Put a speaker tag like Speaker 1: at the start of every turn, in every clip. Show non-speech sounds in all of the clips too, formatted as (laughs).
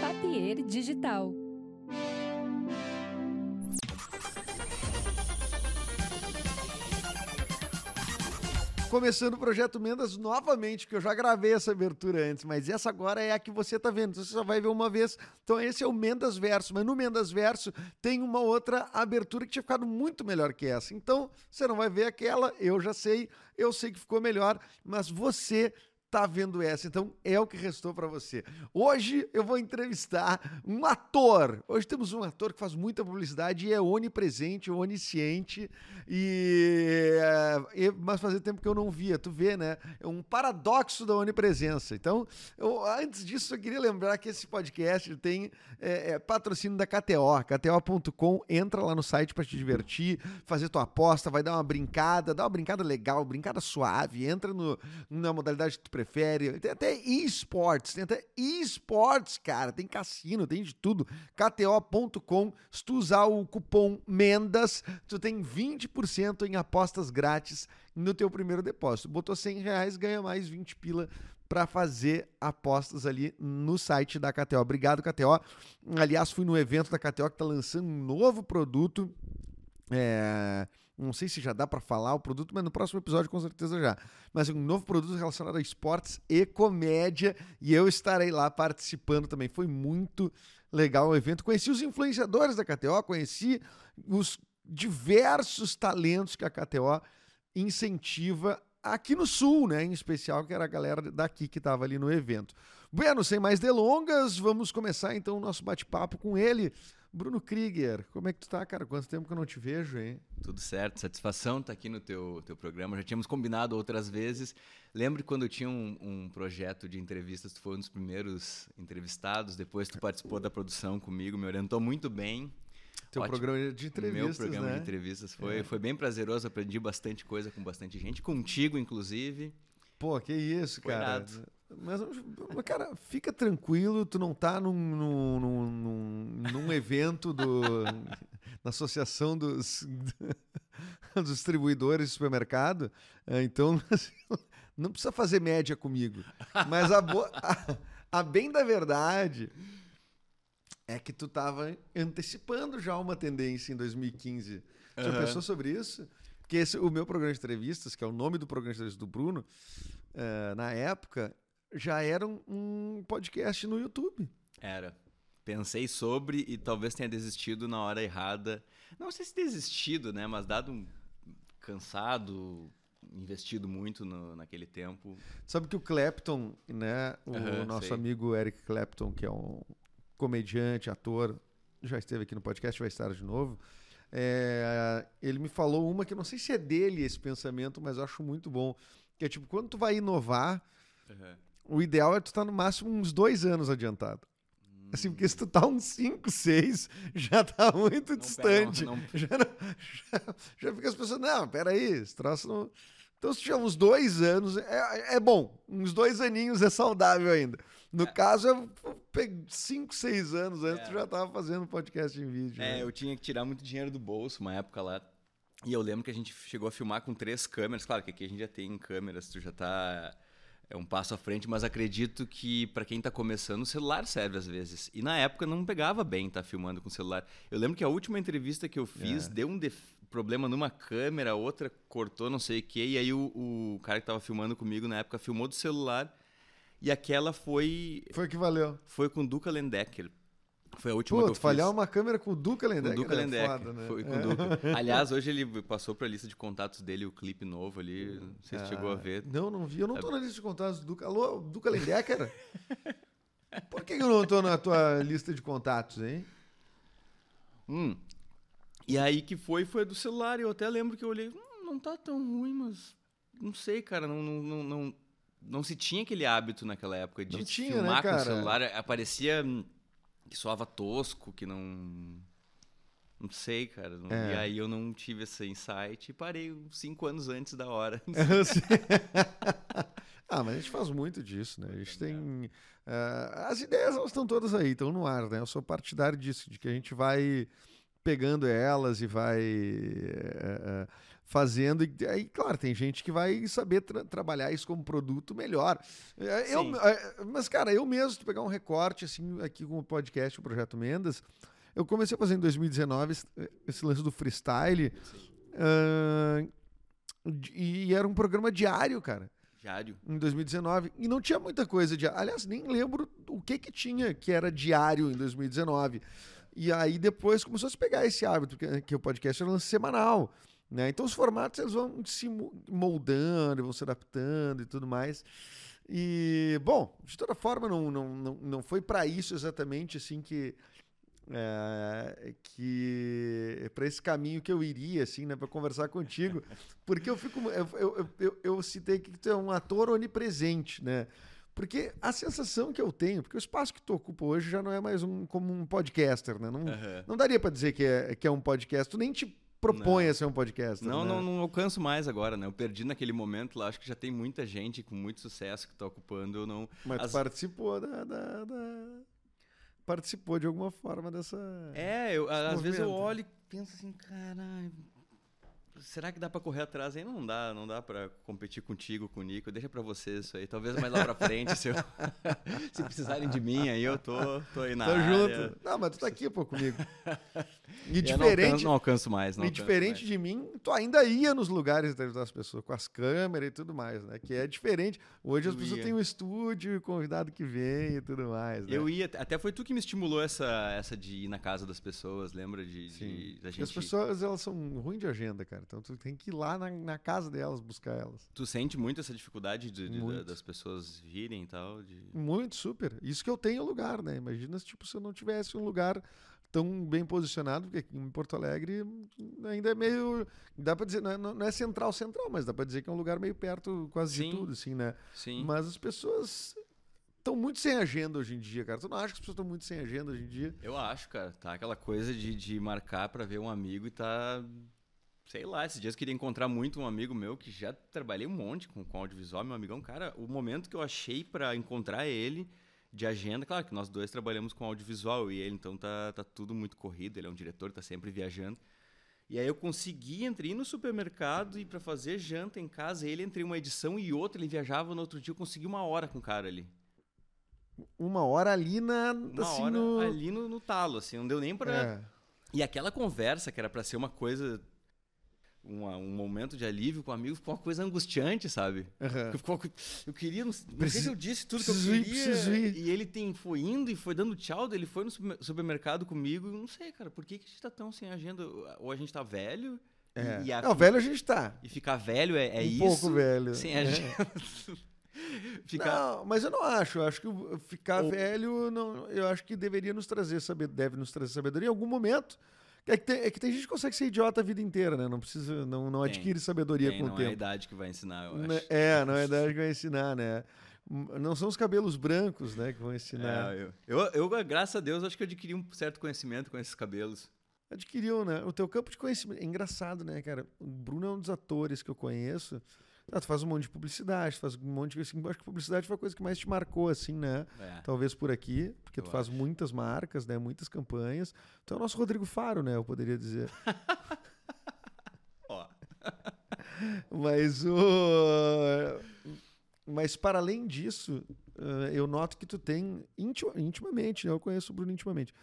Speaker 1: Saber Digital.
Speaker 2: Começando o Projeto Mendas novamente, que eu já gravei essa abertura antes, mas essa agora é a que você tá vendo, você só vai ver uma vez. Então esse é o Mendas Verso, mas no Mendas Verso tem uma outra abertura que tinha ficado muito melhor que essa. Então você não vai ver aquela, eu já sei, eu sei que ficou melhor, mas você tá vendo essa, então é o que restou para você. Hoje eu vou entrevistar um ator. Hoje temos um ator que faz muita publicidade e é onipresente, onisciente e, é, e- mas fazia tempo que eu não via. Tu vê, né? É um paradoxo da onipresença. Então, eu- antes disso eu queria lembrar que esse podcast tem é, é, patrocínio da KTO, kto.com. Entra lá no site para te divertir, fazer tua aposta, vai dar uma brincada, dá uma brincada legal, brincada suave, entra no, na modalidade que tu prefere. Tem até esportes, tem até esportes, cara. Tem cassino, tem de tudo. KTO.com. Se tu usar o cupom MENDAS, tu tem 20% em apostas grátis no teu primeiro depósito. Botou 100 reais, ganha mais 20 pila para fazer apostas ali no site da KTO. Obrigado, KTO. Aliás, fui no evento da KTO que tá lançando um novo produto. É, Não sei se já dá para falar o produto, mas no próximo episódio com certeza já. Mas é um novo produto relacionado a esportes e comédia. E eu estarei lá participando também. Foi muito legal o evento. Conheci os influenciadores da KTO, conheci os diversos talentos que a KTO incentiva aqui no Sul, né? Em especial, que era a galera daqui que estava ali no evento. Bueno, sem mais delongas, vamos começar então o nosso bate-papo com ele. Bruno Krieger, como é que tu tá, cara? Quanto tempo que eu não te vejo, hein?
Speaker 3: Tudo certo, satisfação estar aqui no teu, teu programa. Já tínhamos combinado outras vezes. Lembro que quando eu tinha um, um projeto de entrevistas, tu foi um dos primeiros entrevistados. Depois tu participou da produção comigo, me orientou muito bem.
Speaker 2: Teu
Speaker 3: Ótimo.
Speaker 2: programa de entrevistas,
Speaker 3: Meu programa
Speaker 2: né?
Speaker 3: de entrevistas foi, foi bem prazeroso. Aprendi bastante coisa com bastante gente, contigo inclusive.
Speaker 2: Pô, que isso,
Speaker 3: Foi
Speaker 2: cara.
Speaker 3: irado.
Speaker 2: Mas, mas, cara, fica tranquilo, tu não tá num, num, num, num- num evento do, na associação dos, dos distribuidores de supermercado, eh, então (laughs) não precisa fazer média comigo. Mas a, bo- a- a bem da verdade é que tu tava antecipando já uma tendência em 2015. Tu Já
Speaker 3: Aham.
Speaker 2: pensou sobre isso? Porque esse- o meu programa de entrevistas, que é o nome do programa de entrevistas do Bruno, eh, na época, já era um, um podcast no YouTube.
Speaker 3: Era. Pensei sobre e talvez tenha desistido na hora errada. Não sei se desistido, né? Mas dado um cansado, investido muito no- naquele tempo.
Speaker 2: Sabe que o Clapton, né? O
Speaker 3: Aham,
Speaker 2: nosso
Speaker 3: sei.
Speaker 2: amigo Eric Clapton, que é um comediante, ator, já esteve aqui no podcast, vai estar de novo. É, ele me falou uma que eu não sei se é dele esse pensamento, mas eu acho muito bom. Que é tipo, quando tu vai inovar, o ideal é tu estar no máximo uns dois anos adiantado. Assim, porque se tu tá uns 5, 6, já tá muito (laughs)
Speaker 3: pe-
Speaker 2: distante.
Speaker 3: não- não-
Speaker 2: Já, não- já- já fica as pessoas, não, peraí, esse troço não. Então, se tiver uns dois anos, é, é bom. Uns dois aninhos é saudável ainda. No caso, eu pe- cinco, seis anos antes,
Speaker 3: É.
Speaker 2: tu já tava fazendo podcast em vídeo. né?
Speaker 3: É, eu tinha que tirar muito dinheiro do bolso uma época lá. E eu lembro que a gente chegou a filmar com três câmeras. Claro que aqui a gente já tem câmeras, tu já tá é um passo à frente, mas acredito que pra quem tá começando, o celular serve às vezes. E na época não pegava bem tá filmando com o celular. Eu lembro que a última entrevista que eu
Speaker 2: É.
Speaker 3: fiz deu um def- problema numa câmera, a outra cortou, não sei o quê, e aí o, o cara que tava filmando comigo na época filmou do celular. E aquela foi
Speaker 2: Foi o que valeu.
Speaker 3: foi com o Duca Lendecker. Foi a última
Speaker 2: Pô,
Speaker 3: que eu
Speaker 2: tu falhar
Speaker 3: fiz.
Speaker 2: uma câmera com o Duca
Speaker 3: Com
Speaker 2: Lendecker.
Speaker 3: o Duca
Speaker 2: é
Speaker 3: Lendecker.
Speaker 2: foda, né?
Speaker 3: Foi com
Speaker 2: É.
Speaker 3: o
Speaker 2: (laughs)
Speaker 3: Duca. Aliás, hoje ele passou pra lista de contatos dele o clipe novo ali. Não sei se chegou a
Speaker 2: Ah,
Speaker 3: ver. É
Speaker 2: Não, não vi. Eu não tô na lista de contatos do Duca. Alô, Duca Lendecker?
Speaker 3: (laughs)
Speaker 2: Por que que eu não tô na tua lista de contatos, hein?
Speaker 3: Hum. E aí que foi, foi do celular. Eu até lembro que eu olhei. Hum, não tá tão ruim, mas. Não sei, cara. Não, não, não, não, não se tinha aquele hábito naquela época de
Speaker 2: Não tinha, né,
Speaker 3: filmar com
Speaker 2: cara?
Speaker 3: o celular. Aparecia hum, que soava tosco, que não. Não sei, cara. Não-
Speaker 2: É.
Speaker 3: E aí eu não tive esse insight e parei cinco anos antes da hora.
Speaker 2: Eu
Speaker 3: (laughs)
Speaker 2: (laughs) sei. ah, mas a gente faz muito disso, né? A gente tem. ah, as ideias elas estão todas aí, estão no ar, né? Eu sou partidário disso, de que a gente vai pegando elas e vai eh, eh, fazendo. E aí, claro, tem gente que vai saber tra- trabalhar isso como produto melhor. É, eu-
Speaker 1: Sim.
Speaker 2: é, mas, cara, eu mesmo, se tu pegar um recorte assim aqui com o podcast, o Projeto Mendas, eu comecei a fazer em 2019 esse, esse lance do freestyle. ah, de- e era um programa diário, cara
Speaker 3: Diário.
Speaker 2: em 2019 e não tinha muita coisa de. Aliás, nem lembro o que que tinha que era diário em 2019. E aí depois começou a se pegar esse hábito, que, que o podcast era um lance semanal. Né? Então os formatos eles vão se mo- moldando, vão se adaptando e tudo mais. E, bom, de toda forma, não, não, não, não foi para isso exatamente assim que. É, que para esse caminho que eu iria, assim, né, para conversar contigo, porque eu fico. Eu, eu, eu- eu, eu citei aqui que tu é um ator onipresente, né? Porque a sensação que eu tenho, porque o espaço que tu ocupa hoje já não é mais um como um podcaster, né? Não,
Speaker 3: Aham.
Speaker 2: não daria pra dizer que é, que é um podcast. Tu nem te propõe a ser um podcast.
Speaker 3: Não,
Speaker 2: né?
Speaker 3: não, não alcanço mais agora, né? Eu perdi naquele momento lá. Acho que já tem muita gente com muito sucesso que tá ocupando. Eu não.
Speaker 2: Mas tu
Speaker 3: As-
Speaker 2: participou da, da- da- Participou de alguma forma dessa.
Speaker 3: É, eu- a- às vezes eu
Speaker 2: movimento.
Speaker 3: olho e penso assim, caralho. Será que dá pra correr atrás aí? Não dá, não dá pra competir contigo, com o Nico. Deixa pra vocês isso aí. Talvez mais lá pra frente, (laughs) se, eu- se precisarem de mim, aí eu tô, tô aí na
Speaker 2: Tô
Speaker 3: área.
Speaker 2: junto. Não, mas tu tá aqui, pô,
Speaker 3: (laughs)
Speaker 2: comigo. E
Speaker 3: Eu não alcanço,
Speaker 2: diferente.
Speaker 3: não alcanço mais, não
Speaker 2: E
Speaker 3: alcanço
Speaker 2: diferente de mim, tu ainda ia nos lugares entrevistar as pessoas com as câmeras e tudo mais, né? Que é diferente. Hoje as
Speaker 3: Eu
Speaker 2: pessoas
Speaker 3: ia.
Speaker 2: têm um estúdio, convidado que vem e tudo mais, né?
Speaker 3: Eu ia, até foi tu que me estimulou essa, essa de ir na casa das pessoas, lembra? De, de-
Speaker 2: Sim.
Speaker 3: da
Speaker 2: Porque
Speaker 3: gente.
Speaker 2: as pessoas, elas são ruins de agenda, cara. Então tu tem que ir lá na, na casa delas buscar elas.
Speaker 3: Tu sente muito essa dificuldade de- de- da-
Speaker 2: Muito.
Speaker 3: das pessoas virem e tal? de-
Speaker 2: Muito super. Isso que eu tenho lugar, né? Imagina se, tipo, se eu não tivesse um lugar tão bem posicionado, porque aqui em Porto Alegre ainda é meio. Dá pra dizer, não é, não é central, central, mas dá pra dizer que é um lugar meio perto quase
Speaker 3: Sim.
Speaker 2: de tudo, assim, né?
Speaker 3: Sim.
Speaker 2: Mas as pessoas estão muito sem agenda hoje em dia, cara. Tu não acha que as pessoas estão muito sem agenda hoje em dia?
Speaker 3: Eu acho, cara. Tá aquela coisa de, de marcar pra ver um amigo e tá. Sei lá, esses dias eu queria encontrar muito um amigo meu que já trabalhei um monte com, com audiovisual, meu amigão. Cara, o momento que eu achei pra encontrar ele de agenda, claro que nós dois trabalhamos com audiovisual e ele, então tá, tá tudo muito corrido. Ele é um diretor, tá sempre viajando. E aí eu consegui entre ir no supermercado e pra fazer janta em casa, ele entre uma edição e outra, ele viajava no outro dia, eu consegui uma hora com o cara ali.
Speaker 2: Uma hora ali na.
Speaker 3: Uma
Speaker 2: assim,
Speaker 3: hora
Speaker 2: no...
Speaker 3: ali no, no talo, assim, não deu nem pra.
Speaker 2: É.
Speaker 3: E aquela conversa que era pra ser uma coisa. uma- um momento de alívio com o amigo ficou uma coisa angustiante, sabe?
Speaker 2: Aham.
Speaker 3: Porque Ficou, eu queria. Não, sei- não sei
Speaker 2: É. Preciso-
Speaker 3: se eu disse tudo que eu
Speaker 2: preciso ir,
Speaker 3: queria.
Speaker 2: preciso ir.
Speaker 3: E ele tem, foi indo e foi dando tchau. daí Ele foi no supermer- supermercado comigo. Eu não sei, cara, por que, que a gente tá tão sem agenda? Ou a gente tá velho? e-
Speaker 2: É.
Speaker 3: E, a-
Speaker 2: Não, velho a gente tá.
Speaker 3: e ficar velho é, é
Speaker 2: um
Speaker 3: isso?
Speaker 2: pouco velho.
Speaker 3: Sem
Speaker 2: É.
Speaker 3: agenda. (laughs) ficar.
Speaker 2: Não, mas eu não acho. Eu acho que o- ficar
Speaker 3: Ou-
Speaker 2: velho, não, eu acho que deveria nos trazer sabedoria, deve nos trazer sabedoria em algum momento. É que, tem, é que tem gente que consegue ser idiota a vida inteira, né? Não precisa, não, não
Speaker 3: Tem.
Speaker 2: adquire sabedoria
Speaker 3: Bem,
Speaker 2: com
Speaker 3: não
Speaker 2: o
Speaker 3: é a
Speaker 2: tempo.
Speaker 3: idade que vai ensinar, eu
Speaker 2: Né?
Speaker 3: acho.
Speaker 2: É,
Speaker 3: (laughs)
Speaker 2: não é a idade que vai ensinar, né? M- Não são os cabelos brancos, né, que vão ensinar.
Speaker 3: É, eu, eu, eu, graças a Deus, acho que eu adquiri um certo conhecimento com esses cabelos.
Speaker 2: Adquiriu, né? O teu campo de conhecimento. É engraçado, né, cara? O Bruno é um dos atores que eu conheço. Ah, tu faz um monte de publicidade, tu faz um monte de. Assim, eu acho que publicidade foi a coisa que mais te marcou, assim, né?
Speaker 3: É.
Speaker 2: Talvez por aqui, porque tu
Speaker 3: Eu
Speaker 2: faz muitas marcas, né? Muitas campanhas. Tu é o nosso Rodrigo Faro, né? Eu poderia dizer.
Speaker 3: Ó.
Speaker 2: Mas o. Mas para além disso, eh, eu noto que tu tem inti- intimamente, né? eu conheço o Bruno intimamente.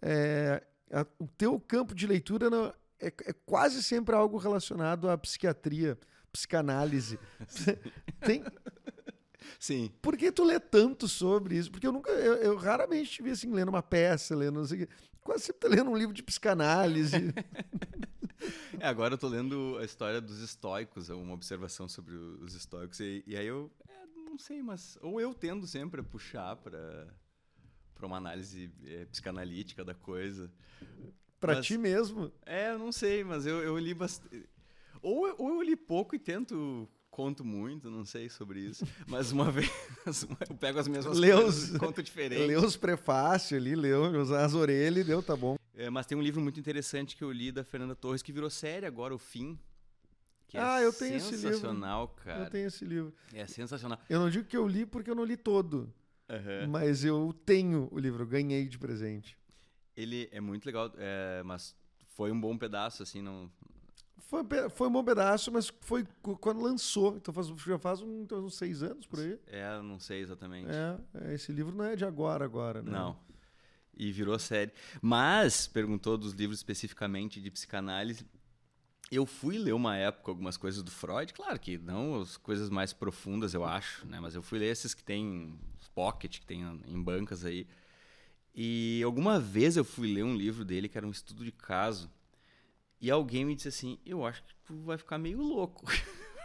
Speaker 2: eh, a- o teu campo de leitura não- é, é quase sempre algo relacionado à psiquiatria, psicanálise. tem,
Speaker 3: Sim.
Speaker 2: por que tu lê tanto sobre isso? Porque eu nunca, eu, eu raramente te vi assim lendo uma peça, lendo não sei o quê. Quase sempre tá lendo um livro de
Speaker 3: (laughs)
Speaker 2: psicanálise.
Speaker 3: É, agora eu tô lendo a história dos estoicos, é uma observação sobre o- os estoicos. E, e aí eu é, não sei, mas. Ou eu tendo sempre a puxar pra, pra uma análise é, psicanalítica da coisa.
Speaker 2: pra
Speaker 3: Mas-
Speaker 2: ti mesmo.
Speaker 3: É, eu não sei, mas eu, eu li bastante. Ou, eu- ou eu li pouco e tento. Conto muito, não sei sobre isso. Mas uma (laughs) vez eu pego as mesmas
Speaker 2: Leu
Speaker 3: coisas,
Speaker 2: os- (laughs)
Speaker 3: conto diferente.
Speaker 2: Leu os prefácios ali, leu os- as orelhas e deu, tá bom.
Speaker 3: É, mas tem um livro muito interessante que eu li da Fernanda Torres que virou série agora, O Fim. Que é
Speaker 2: Ah, eu tenho esse livro.
Speaker 3: sensacional, cara.
Speaker 2: Eu tenho esse livro.
Speaker 3: É sensacional.
Speaker 2: Eu não digo que eu li porque eu não li todo,
Speaker 3: É.
Speaker 2: mas eu tenho o livro, eu ganhei de presente.
Speaker 3: Ele é muito legal, é, mas foi um bom pedaço, assim, não.
Speaker 2: Foi, pe- foi um bom pedaço, mas foi cu- quando lançou. Então faz, já faz um- então, uns seis anos por aí.
Speaker 3: É, eu não sei exatamente.
Speaker 2: É, é, esse livro não é de agora, agora, né?
Speaker 3: Não. E virou série. Mas, perguntou dos livros especificamente de psicanálise. Eu fui ler uma época algumas coisas do Freud, claro que não as coisas mais profundas, eu acho, né? Mas eu fui ler esses que tem os pocket, que tem em bancas aí. E alguma vez eu fui ler um livro dele que era um estudo de caso. E alguém me disse assim: Eu acho que tu vai ficar meio louco.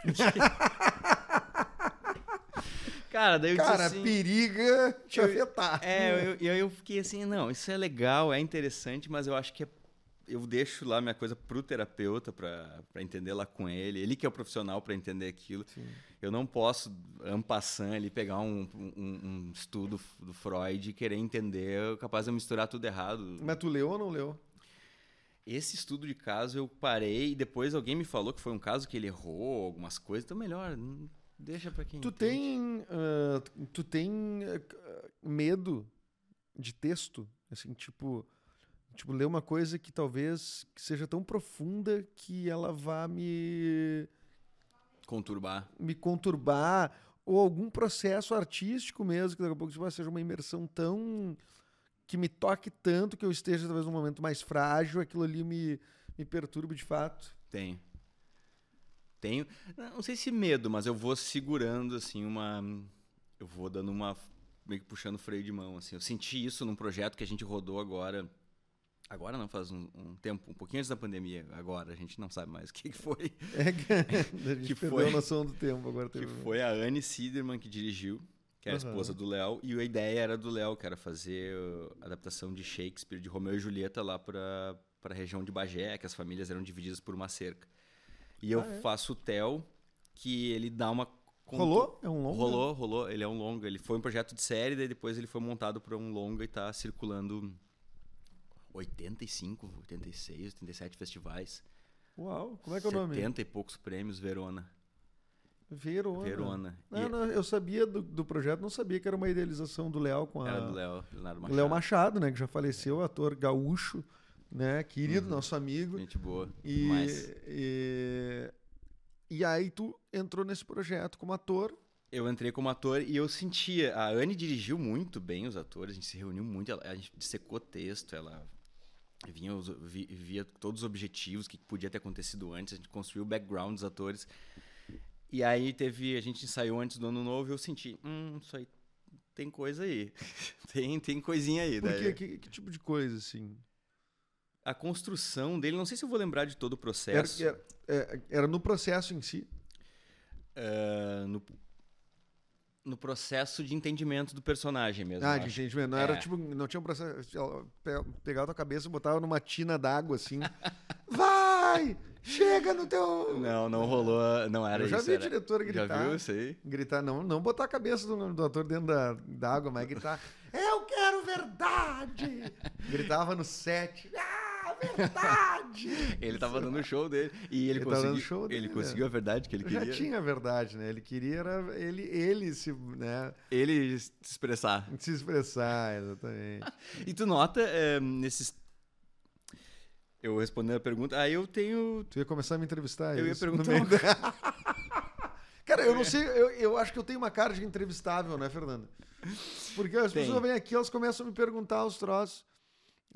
Speaker 3: (laughs) Cara, daí eu
Speaker 2: Cara,
Speaker 3: disse assim,
Speaker 2: periga te
Speaker 3: Eu-
Speaker 2: afetar.
Speaker 3: é, eu, eu, eu fiquei assim, não, isso é legal, é interessante, mas eu acho que é- eu deixo lá minha coisa pro terapeuta pra pra entender lá com ele, ele que é o profissional pra entender aquilo.
Speaker 2: Sim.
Speaker 3: Eu não posso, ampassando ali, pegar um, um- um estudo do Freud e querer entender, eu capaz de eu misturar tudo errado.
Speaker 2: Mas tu leu ou não leu?
Speaker 3: Esse estudo de caso eu parei e depois alguém me falou que foi um caso que ele errou algumas coisas, então melhor, hum, deixa pra quem
Speaker 2: Tu
Speaker 3: entende.
Speaker 2: tem, ah, tu tem ah, ah, medo de texto, assim, tipo, tipo ler uma coisa que talvez que seja tão profunda que ela vá me
Speaker 3: conturbar.
Speaker 2: me conturbar ou algum processo artístico mesmo que daqui a pouco tipo, ah, seja uma imersão tão que me toque tanto que eu esteja talvez num momento mais frágil, aquilo ali me me perturbe de fato. (laughs)
Speaker 3: Tenho. Tenho. Não sei se medo, mas eu vou segurando, assim, uma. Eu vou dando uma. meio que puxando o freio de mão, assim. Eu senti isso num projeto que a gente rodou agora. Agora não, faz um, um tempo, um pouquinho antes da pandemia. Agora, a gente não sabe mais o que, que foi.
Speaker 2: É (laughs) que a gente
Speaker 3: Que
Speaker 2: perdeu
Speaker 3: foi-
Speaker 2: a noção do tempo agora.
Speaker 3: Que
Speaker 2: teve um-
Speaker 3: foi a Anne Siderman que dirigiu, que é a
Speaker 2: Aham.
Speaker 3: esposa do Léo. E a ideia era do Léo, que era fazer uh, a adaptação de Shakespeare, de Romeu e Julieta, lá para a região de Bagé, que as famílias eram divididas por uma cerca. E eu
Speaker 2: Ah, é?
Speaker 3: faço o Theo, que ele dá uma. contu-
Speaker 2: Rolou? É um longo?
Speaker 3: Rolou, rolou. Ele é um longa. Ele foi um projeto de série, daí depois ele foi montado para um longa e tá circulando 85, 86, 87 festivais.
Speaker 2: Uau, como é que é o nome?
Speaker 3: 70 e poucos prêmios, Verona.
Speaker 2: Verona. É.
Speaker 3: Verona. E
Speaker 2: Não, não, eu sabia do, do projeto, não sabia que era uma idealização do Léo com a
Speaker 3: Era do Léo, Leonardo Machado.
Speaker 2: Léo Machado, né? Que já faleceu, ator gaúcho, né? Querido,
Speaker 3: Uhum.
Speaker 2: nosso amigo.
Speaker 3: Gente boa.
Speaker 2: E,
Speaker 3: Mas
Speaker 2: e, e aí tu entrou nesse projeto como ator.
Speaker 3: eu entrei como ator e eu sentia. A Anne dirigiu muito bem os atores, a gente se reuniu muito, ela- a gente dissecou texto, ela vinha os- vi- via todos os objetivos, o que podia ter acontecido antes, a gente construiu o background dos atores. E aí teve. A gente ensaiou antes do ano novo e eu senti, hum, isso aí tem coisa aí. (laughs) tem, tem coisinha aí.
Speaker 2: Por quê?
Speaker 3: daí-
Speaker 2: Que, que tipo de coisa, assim?
Speaker 3: A construção dele, não sei se eu vou lembrar de todo o
Speaker 2: Era,
Speaker 3: processo.
Speaker 2: era, é, era no processo em si.
Speaker 3: Ah, no, no processo de entendimento do personagem mesmo.
Speaker 2: Ah,
Speaker 3: eu
Speaker 2: de
Speaker 3: acho.
Speaker 2: gente, não era
Speaker 3: É.
Speaker 2: tipo, não tinha um processo. ela pe- Pegava tua cabeça e botava numa tina d'água, assim. (laughs) Vai! Chega no teu.
Speaker 3: Não, não rolou. Não era
Speaker 2: Eu já
Speaker 3: isso.
Speaker 2: vi
Speaker 3: era...
Speaker 2: diretor gritar.
Speaker 3: Já viu isso aí?
Speaker 2: Gritar, não, não botar a cabeça do, do ator dentro da, da água, mas gritar, eu quero
Speaker 3: (laughs)
Speaker 2: verdade! Gritava no set, ah, verdade!
Speaker 3: Ele tava dando o show dele. E ele,
Speaker 2: Ele tava
Speaker 3: conseguiu.
Speaker 2: dando o show dele,
Speaker 3: ele
Speaker 2: né?
Speaker 3: conseguiu a verdade que (laughs) ele
Speaker 2: Já
Speaker 3: queria.
Speaker 2: tinha verdade, né? Ele queria era ele, ele se, né,
Speaker 3: Ele se expressar.
Speaker 2: se expressar, exatamente.
Speaker 3: E tu nota eh, nesses. Eu respondendo a pergunta. Aí eu tenho.
Speaker 2: Tu ia começar a me entrevistar? é
Speaker 3: Eu ia
Speaker 2: isso?
Speaker 3: perguntar
Speaker 2: No meio
Speaker 3: uma É.
Speaker 2: da- (laughs) Cara, eu não sei, eu, eu acho que eu tenho uma cara de entrevistável, né, Fernando? Porque as
Speaker 3: Tem.
Speaker 2: pessoas vêm aqui, elas começam a me perguntar os troços.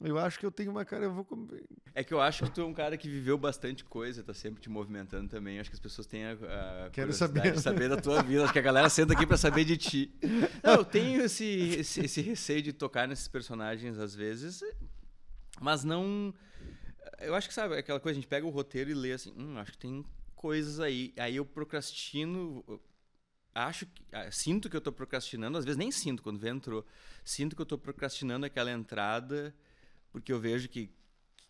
Speaker 2: Eu acho que eu tenho uma cara, eu vou... com-
Speaker 3: É que eu acho que tu é um cara que viveu bastante coisa, tá sempre te movimentando também. Eu Acho que as pessoas têm a, a
Speaker 2: Quero
Speaker 3: curiosidade
Speaker 2: saber.
Speaker 3: de saber da tua vida. Acho que a galera senta aqui pra saber de ti. Não, eu tenho esse, esse, esse receio de tocar nesses personagens às vezes, mas não. Eu acho que sabe aquela coisa, a gente pega o roteiro e lê assim, hum, acho que tem coisas aí. Aí eu procrastino. eu Acho que. ah, Sinto que eu tô procrastinando, às vezes nem sinto quando vê entrou. Sinto que eu tô procrastinando aquela entrada, porque eu vejo que,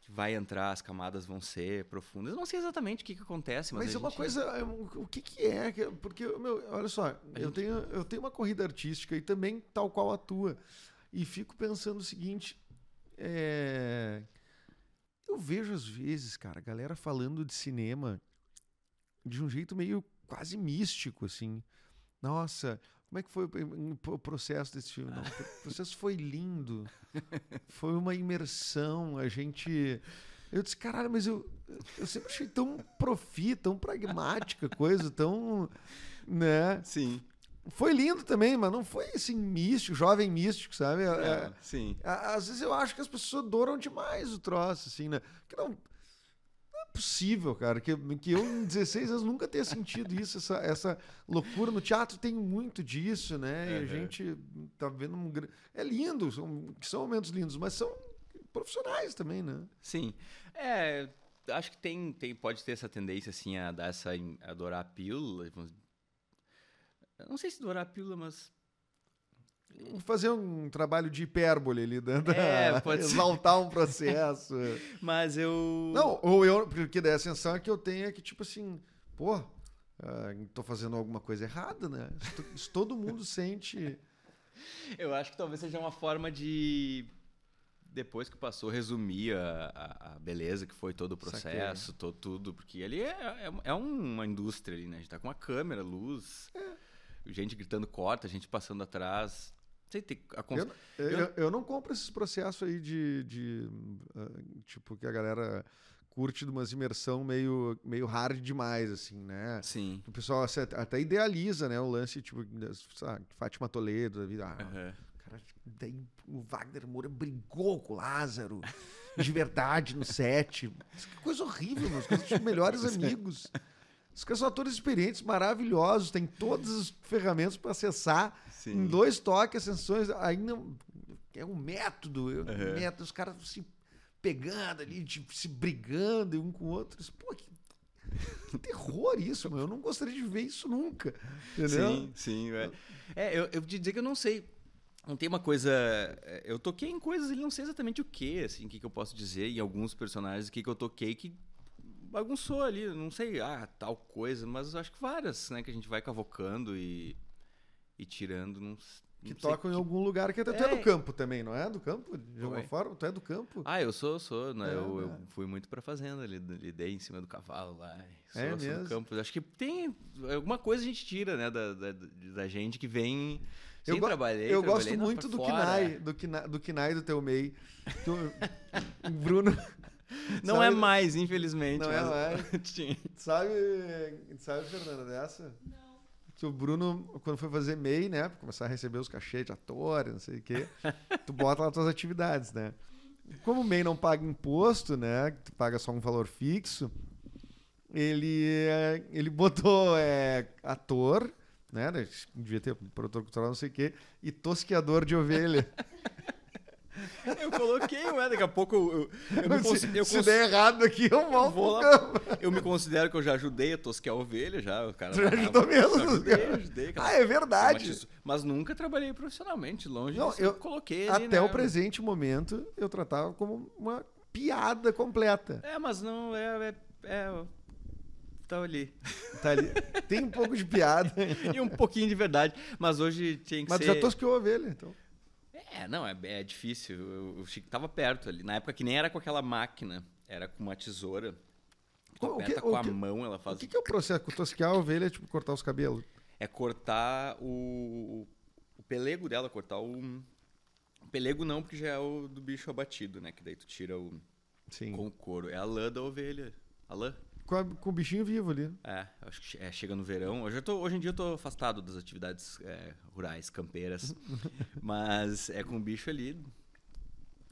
Speaker 3: que vai entrar, as camadas vão ser profundas. Eu não sei exatamente o que, que acontece,
Speaker 2: Mas,
Speaker 3: mas. a
Speaker 2: é uma
Speaker 3: gente-
Speaker 2: coisa, é um- o que que é? que- Porque, meu, olha só, eu,
Speaker 3: gente-
Speaker 2: tenho, eu tenho uma corrida artística e também tal qual a tua. E fico pensando o seguinte, é, eu vejo às vezes, cara, a galera falando de cinema de um jeito meio quase místico, assim. Nossa, como é que foi o o processo desse filme? Não, o processo foi lindo. Foi uma imersão, a gente Eu disse, caralho, mas eu, eu sempre achei tão profi, tão pragmática a coisa, tão. Né?
Speaker 3: Sim.
Speaker 2: Foi lindo também, mas não foi assim místico, jovem místico, sabe? É,
Speaker 3: É, sim.
Speaker 2: a- Às vezes eu acho que as pessoas adoram demais o troço, assim, né? Que não, não é possível, cara. Que, que eu, em 16 anos, nunca tenha sentido isso, essa, essa loucura. No teatro tem muito disso, né? E a
Speaker 3: Uhum.
Speaker 2: gente tá vendo um. gran- É lindo, são, são momentos lindos, mas são profissionais também, né?
Speaker 3: Sim. É, acho que tem, tem, pode ter essa tendência, assim, a dar essa. em- a adorar a pílula. vamos- Eu Não sei se adorar a pílula, mas.
Speaker 2: Fazer um trabalho de hipérbole ali, né?
Speaker 3: É,
Speaker 2: (laughs)
Speaker 3: pode ser.
Speaker 2: exaltar um processo.
Speaker 3: Mas eu.
Speaker 2: Não, ou eu, porque daí a sensação que eu tenho é que, tipo assim, pô, ah, tô fazendo alguma coisa errada, né? Se to- Se todo mundo sente.
Speaker 3: Eu acho que talvez seja uma forma de. Depois que passou, resumir a, a- a beleza que foi todo o
Speaker 2: Saquei.
Speaker 3: processo, to- tudo, porque ali é, é, é uma indústria ali, né? A gente tá com uma câmera, luz, gente gritando corta, gente passando atrás. Não sei, tem a cons-
Speaker 2: Eu, é. eu não compro esses processos aí de. de, ah, tipo, que a galera curte de umas imersão meio, meio hard demais, assim, né?
Speaker 3: Sim.
Speaker 2: O pessoal até até idealiza, né? O lance, tipo, das- sabe, Fátima Toledo, da vida. Ah,
Speaker 3: Aham.
Speaker 2: Cara, daí o Wagner Moura brigou com o
Speaker 3: (laughs)
Speaker 2: Lázaro de verdade no set. Isso Que coisa horrível, meus caras são os melhores
Speaker 3: é
Speaker 2: amigos. Os caras são atores experientes, maravilhosos, têm todas as ferramentas para acessar
Speaker 3: Sim.
Speaker 2: em dois toques, ascensões. Ainda é um método, é um
Speaker 3: Uhum.
Speaker 2: método, os caras se pegando ali, de- se brigando um com o outro. Isso, Pô, que, que terror isso, meu. Eu não gostaria de ver isso nunca. Entendeu?
Speaker 3: Sim, sim. É, é eu, eu te dizer que eu não sei. Não tem uma coisa. é, Eu toquei em coisas, ele não sei exatamente o que, assim, o que, que eu posso dizer em alguns personagens, o que, que eu toquei que bagunçou ali. eu Não sei, ah, tal coisa, mas acho que várias, né, que a gente vai cavocando e, e tirando. Não, s-
Speaker 2: Que
Speaker 3: não sei
Speaker 2: tocam em algum lugar que até tu é
Speaker 3: É.
Speaker 2: do campo também, não é? Do campo? De alguma
Speaker 3: Oi.
Speaker 2: forma? Tu é do campo?
Speaker 3: Ah, eu sou, sou. Né?
Speaker 2: É,
Speaker 3: eu, eu
Speaker 2: né?
Speaker 3: fui muito pra fazenda, li- lidei em cima do cavalo lá. e Sou,
Speaker 2: É
Speaker 3: sou do
Speaker 2: mesmo?
Speaker 3: campo. Acho que tem. Alguma coisa a gente tira, né? Da, da, da gente que vem.
Speaker 2: Eu
Speaker 3: Eu
Speaker 2: go-
Speaker 3: trabalhei.
Speaker 2: eu
Speaker 3: trabalhei
Speaker 2: gosto
Speaker 3: na-
Speaker 2: muito
Speaker 3: pra
Speaker 2: do
Speaker 3: tá fora. é.
Speaker 2: Kinai, do Kinai, do Kinai do teu MEI. Tu- (laughs) o Bruno,
Speaker 3: (laughs) Não
Speaker 2: Sabe-
Speaker 3: é mais, infelizmente.
Speaker 2: Não é
Speaker 3: mas- (laughs) Tinha.
Speaker 2: sabe, sabe Fernanda dessa? Não. Que o Bruno, quando foi fazer MEI, né? pra Começar a receber os cachês de atores, não sei o
Speaker 3: (laughs)
Speaker 2: quê. tu bota lá tuas atividades, né? Como o MEI não paga imposto, né? que Tu paga só um valor fixo. Ele, eh, ele botou é, ator, né? né, Devia ter produtor cultural, não sei o quê. E tosqueador de ovelha.
Speaker 3: Eu coloquei, ué, daqui a pouco eu, eu, eu me
Speaker 2: (laughs) se,
Speaker 3: cons- eu
Speaker 2: se
Speaker 3: cons-
Speaker 2: der errado aqui, eu
Speaker 3: eu
Speaker 2: volto.
Speaker 3: vou
Speaker 2: pro
Speaker 3: lá-
Speaker 2: campo.
Speaker 3: eu me considero que eu já ajudei a tosquear a ovelha, já. O cara
Speaker 2: Tu (laughs) já ajudou mesmo?
Speaker 3: Ajudei, ajudei. aquela-
Speaker 2: Ah, é
Speaker 3: mas
Speaker 2: verdade.
Speaker 3: isso- Mas nunca trabalhei profissionalmente, longe
Speaker 2: Não,
Speaker 3: disso.
Speaker 2: eu-
Speaker 3: coloquei ali,
Speaker 2: Até
Speaker 3: né,
Speaker 2: o presente momento, eu tratava como uma piada completa.
Speaker 3: É, mas não, é. é, é eu- tá ali. (laughs)
Speaker 2: Tá ali. Tem um pouco de piada.
Speaker 3: E um pouquinho de verdade. Mas hoje tinha que
Speaker 2: Mas tu
Speaker 3: ser.
Speaker 2: já tosqueou a ovelha, então.
Speaker 3: É, não, é, é difícil. Eu, eu achei que tava perto ali. Na época que nem era com aquela máquina, era com uma tesoura. Tu
Speaker 2: O que-
Speaker 3: aperta
Speaker 2: o
Speaker 3: com a
Speaker 2: que-
Speaker 3: mão, ela
Speaker 2: O
Speaker 3: faz.
Speaker 2: que, que é o processo? Tosquear a ovelha é tipo cortar os cabelos.
Speaker 3: É cortar o, o pelego dela, cortar o. O pelego não, porque já é o do bicho abatido, né? Que daí tu tira o.
Speaker 2: Sim.
Speaker 3: Com o couro. É a lã da ovelha. A lã?
Speaker 2: Com, a- com o bichinho vivo ali.
Speaker 3: É, acho que che- é, chega no verão. Hoje, eu tô- hoje em dia eu tô afastado das atividades é, rurais, campeiras. mas é com o bicho ali.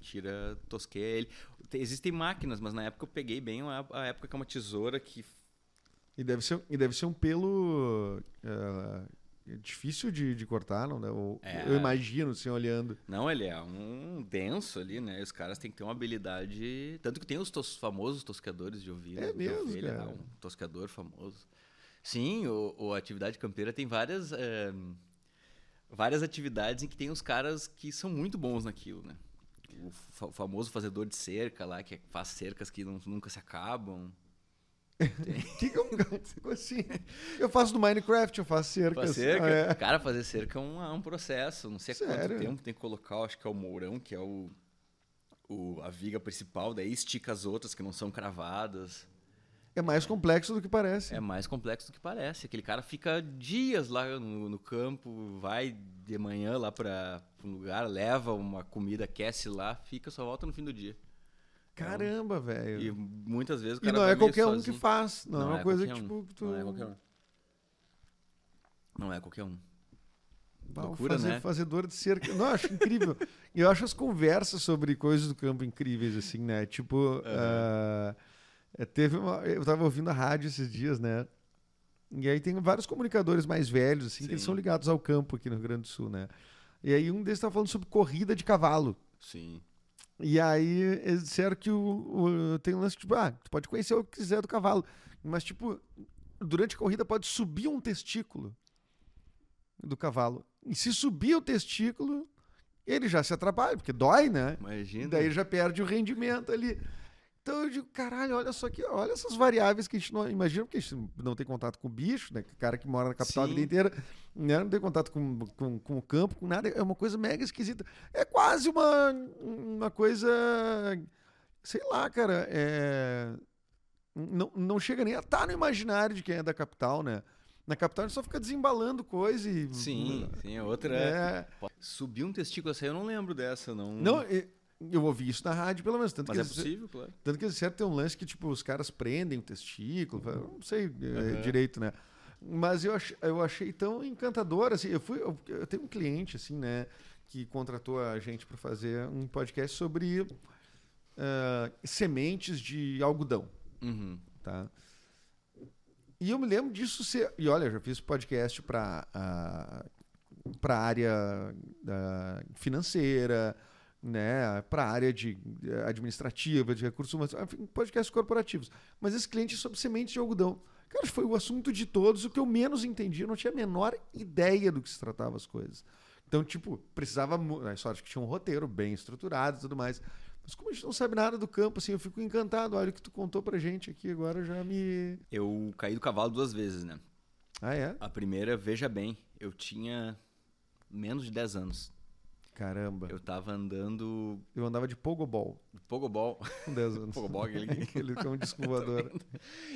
Speaker 3: Tira, tosqueia ele. Tem- existem máquinas, mas na época eu peguei bem a, a época que é uma tesoura que.
Speaker 2: E deve ser, e deve ser um pelo. eh, difícil de, de cortar, não? né? Eu,
Speaker 3: É.
Speaker 2: eu imagino, assim, olhando.
Speaker 3: Não, ele é um denso ali, né? Os caras têm que ter uma habilidade. Tanto que tem os tos- famosos tosqueadores de ovelha.
Speaker 2: É
Speaker 3: de
Speaker 2: mesmo,
Speaker 3: ovelha,
Speaker 2: cara?
Speaker 3: né? Um tosqueador famoso. Sim, o, o atividade campeira tem várias. é, várias atividades em que tem os caras que são muito bons naquilo, né? O fa- famoso fazedor de cerca lá, que faz cercas que não- nunca se acabam.
Speaker 2: O que, que (laughs) eu. assim, eu faço no Minecraft, eu faço cercas.
Speaker 3: Faz cerca.
Speaker 2: É.
Speaker 3: Cara, fazer cerca é um, é um processo. Não sei há
Speaker 2: Sério?
Speaker 3: quanto tempo tem que colocar, acho que é o mourão, que é o, o- a viga principal, daí estica as outras que não são cravadas.
Speaker 2: É mais complexo do que parece.
Speaker 3: É mais complexo do que parece. Aquele cara fica dias lá no, no campo, vai de manhã lá para um lugar, leva uma comida, aquece lá, fica, só volta no fim do dia.
Speaker 2: Caramba, velho.
Speaker 3: E muitas vezes o
Speaker 2: E
Speaker 3: cara
Speaker 2: não
Speaker 3: vai
Speaker 2: é
Speaker 3: meio
Speaker 2: qualquer um que
Speaker 3: sozinho.
Speaker 2: faz. Não, é uma coisa que,
Speaker 3: qualquer um.
Speaker 2: tipo, que tu.
Speaker 3: Não é qualquer um. Não é qualquer um.
Speaker 2: Bah, o
Speaker 3: Loucura,
Speaker 2: faze-
Speaker 3: né?
Speaker 2: um Fazedor de cerca. Não, eu acho
Speaker 3: (laughs)
Speaker 2: incrível. Eu acho as conversas sobre coisas do campo incríveis, assim, né? Tipo, ah, é, teve uma. Eu tava ouvindo a rádio esses dias, né? E aí tem vários comunicadores mais velhos, assim, que eles
Speaker 3: Sim.
Speaker 2: são ligados ao campo aqui no Rio Grande do Sul, né? E aí um deles tava falando sobre corrida de cavalo.
Speaker 3: Sim.
Speaker 2: E aí eles disseram que o, o- tem um lance, tipo, ah, tu pode conhecer o que quiser do cavalo. Mas, tipo, durante a corrida pode subir um testículo do cavalo. E se subir o testículo, ele já se atrapalha, porque dói, né? E
Speaker 3: Imagina.
Speaker 2: daí já perde o rendimento ali. Então eu digo, caralho, olha só que, olha essas variáveis que a gente não imagina, porque a gente não tem contato com o bicho, né? Que o cara que mora na capital a vida
Speaker 3: Sim.
Speaker 2: inteira, né? Não tem contato com, com, com o campo, com nada. É uma coisa mega esquisita. É quase uma, uma coisa. Sei lá, cara. É, não, não chega nem a estar no imaginário de quem é da capital, né? Na capital a gente só fica desembalando coisa e.
Speaker 3: Sim, sim, é outra.
Speaker 2: Uhum. É.
Speaker 3: Subir um testículo, essa aí eu não lembro dessa, não.
Speaker 2: Não, e- eu ouvi isso na rádio, pelo menos. Tanto
Speaker 3: hum. mas
Speaker 2: que
Speaker 3: é
Speaker 2: eles-
Speaker 3: possível, claro.
Speaker 2: Tanto que eles disseram que tem um lance que, tipo, os caras prendem o testículo, eu não sei é,
Speaker 3: Aham.
Speaker 2: direito, né? Mas eu, ach- eu achei tão encantador, assim, eu fui, eu, eu tenho um cliente, assim, né, que contratou a gente para fazer um podcast sobre ah, sementes de algodão,
Speaker 3: Uhum.
Speaker 2: tá? E eu me lembro disso ser, e olha, eu já fiz podcast para a para área ah, financeira, né, para a área de eh, administrativa, de recursos humanos, enfim, podcasts corporativos. Mas esse cliente é sobre sementes de algodão. Cara, foi o assunto de todos, o que eu menos entendi, eu não tinha a menor ideia do que se tratava as coisas. Então, tipo, precisava. mu- A sorte que tinha um roteiro bem estruturado e tudo mais. Mas como a gente não sabe nada do campo, assim, eu fico encantado. Olha o que tu contou pra gente aqui agora já me.
Speaker 3: Eu caí do cavalo duas vezes, né?
Speaker 2: Ah, é?
Speaker 3: A primeira, veja bem, eu tinha menos de 10 anos.
Speaker 2: Caramba. Eu,
Speaker 3: Eu tava andando
Speaker 2: andava de pogobol
Speaker 3: no pogobol. (laughs)
Speaker 2: com 10 anos.
Speaker 3: Pogobol, aquele que-
Speaker 2: (laughs)
Speaker 3: (laughs)
Speaker 2: Aquele que é um disco voador.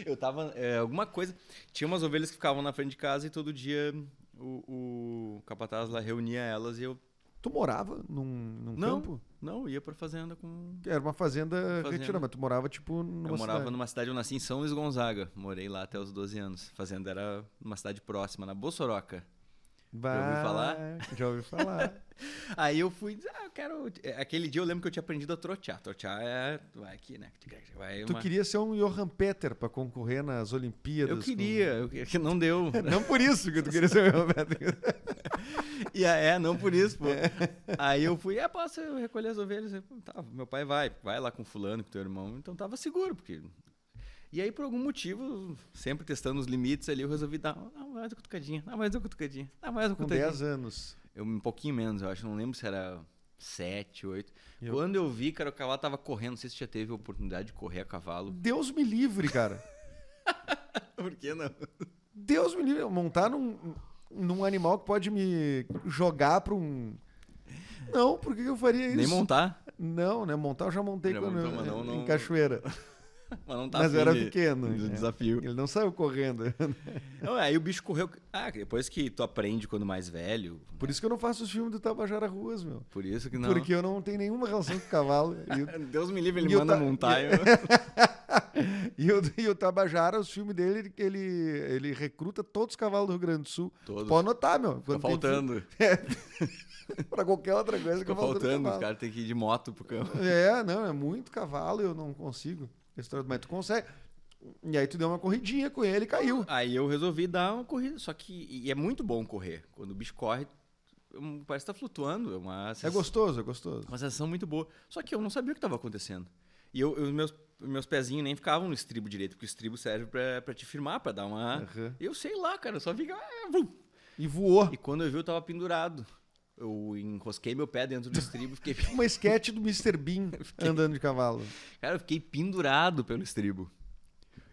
Speaker 3: Eu tava. é, alguma coisa. Tinha umas ovelhas que ficavam na frente de casa e todo dia o, o capataz lá reunia elas e eu.
Speaker 2: Tu morava num, num
Speaker 3: Não.
Speaker 2: campo?
Speaker 3: Não, ia pra fazenda com.
Speaker 2: Era uma fazenda,
Speaker 3: Fazenda.
Speaker 2: retirada, mas tu morava tipo numa
Speaker 3: eu morava
Speaker 2: cidade.
Speaker 3: numa cidade, eu nasci em São Luís Gonzaga. Morei lá até os 12 anos. Fazenda era numa cidade próxima, na Bossoroca. Já ouviu falar?
Speaker 2: Bah, Já ouvi
Speaker 3: (laughs)
Speaker 2: falar.
Speaker 3: Aí eu fui, dizer, ah, eu quero. é, Aquele dia eu lembro que eu tinha aprendido a trotear. Trotear é. Vai aqui, né? Vai
Speaker 2: tu
Speaker 3: uma...
Speaker 2: queria ser um Johan Peter pra concorrer nas Olimpíadas.
Speaker 3: Eu queria, eu queria, que não deu.
Speaker 2: com- Não por isso que tu queria ser um Johan
Speaker 3: (laughs)
Speaker 2: Peter.
Speaker 3: E a- é, não por isso, pô. Aí eu fui, é, posso eu recolher as ovelhas? Eu, tá, meu pai vai, vai lá com fulano, com teu irmão. Então tava seguro, porque. E aí, por algum motivo, sempre testando os limites ali, eu resolvi dar ah, mais uma cutucadinha, ah, mais uma cutucadinha, ah, mais uma
Speaker 2: Com
Speaker 3: cutucadinha.
Speaker 2: 10 anos.
Speaker 3: Eu, um pouquinho menos, eu acho, não lembro se era 7, 8.
Speaker 2: Eu-
Speaker 3: Quando eu vi, cara, o cavalo tava correndo, não sei se já teve a oportunidade de correr a cavalo.
Speaker 2: Deus me livre, cara.
Speaker 3: Por que não?
Speaker 2: Deus me livre. Montar num, num animal que pode me jogar pra um. Não, por que que eu faria isso?
Speaker 3: Nem montar,
Speaker 2: Não, né? Montar eu já montei
Speaker 3: Já
Speaker 2: quando,
Speaker 3: montou, mas não-
Speaker 2: em
Speaker 3: não-
Speaker 2: cachoeira.
Speaker 3: mas não tá
Speaker 2: mas eu era
Speaker 3: afim de-
Speaker 2: pequeno.
Speaker 3: do
Speaker 2: né?
Speaker 3: desafio.
Speaker 2: Ele não saiu correndo. (laughs) É.
Speaker 3: Não, aí o bicho correu. Ah, depois que tu aprende quando mais velho.
Speaker 2: Por isso que eu não faço os filmes do Tabajara Ruas, meu.
Speaker 3: Por isso que não.
Speaker 2: Porque eu não tenho nenhuma relação com
Speaker 3: (laughs)
Speaker 2: cavalo. E, o-
Speaker 3: Deus me livre,
Speaker 2: E
Speaker 3: ele
Speaker 2: eu
Speaker 3: manda
Speaker 2: ta-
Speaker 3: montar. eu-
Speaker 2: (laughs)
Speaker 3: (laughs)
Speaker 2: e o, e o Tabajara, os filmes dele, ele- ele, ele recruta todos os cavalos do Rio Grande do Sul.
Speaker 3: Todos.
Speaker 2: Pode notar, meu.
Speaker 3: Fica
Speaker 2: Quando tem
Speaker 3: faltando.
Speaker 2: filme- Pra qualquer outra coisa que
Speaker 3: Fica
Speaker 2: eu faltando
Speaker 3: faltando. Os
Speaker 2: cavalo.
Speaker 3: caras têm que ir de moto pro campo.
Speaker 2: É, não, é muito cavalo, eu não consigo. Esse troço, Mas tu consegue. E aí tu deu uma corridinha com ele e caiu.
Speaker 3: Aí eu resolvi dar uma corrida. Só que. E é muito bom correr. Quando o bicho corre, hum, parece que tá flutuando. É uma
Speaker 2: É gostoso, é gostoso.
Speaker 3: Uma sensação muito boa. Só que eu não sabia o que estava acontecendo. E eu, eu- meus, meus pezinhos nem ficavam no estribo direito, porque o estribo serve pra, pra te firmar, pra dar uma.
Speaker 2: Aham.
Speaker 3: Eu sei lá, cara, eu só vi. que- ah, vum.
Speaker 2: E voou.
Speaker 3: E quando eu vi, eu tava pendurado. Eu enrosquei meu pé dentro do estribo, fiquei. (laughs)
Speaker 2: Uma esquete do Mr. Bean andando de cavalo.
Speaker 3: Cara, eu fiquei pendurado pelo estribo.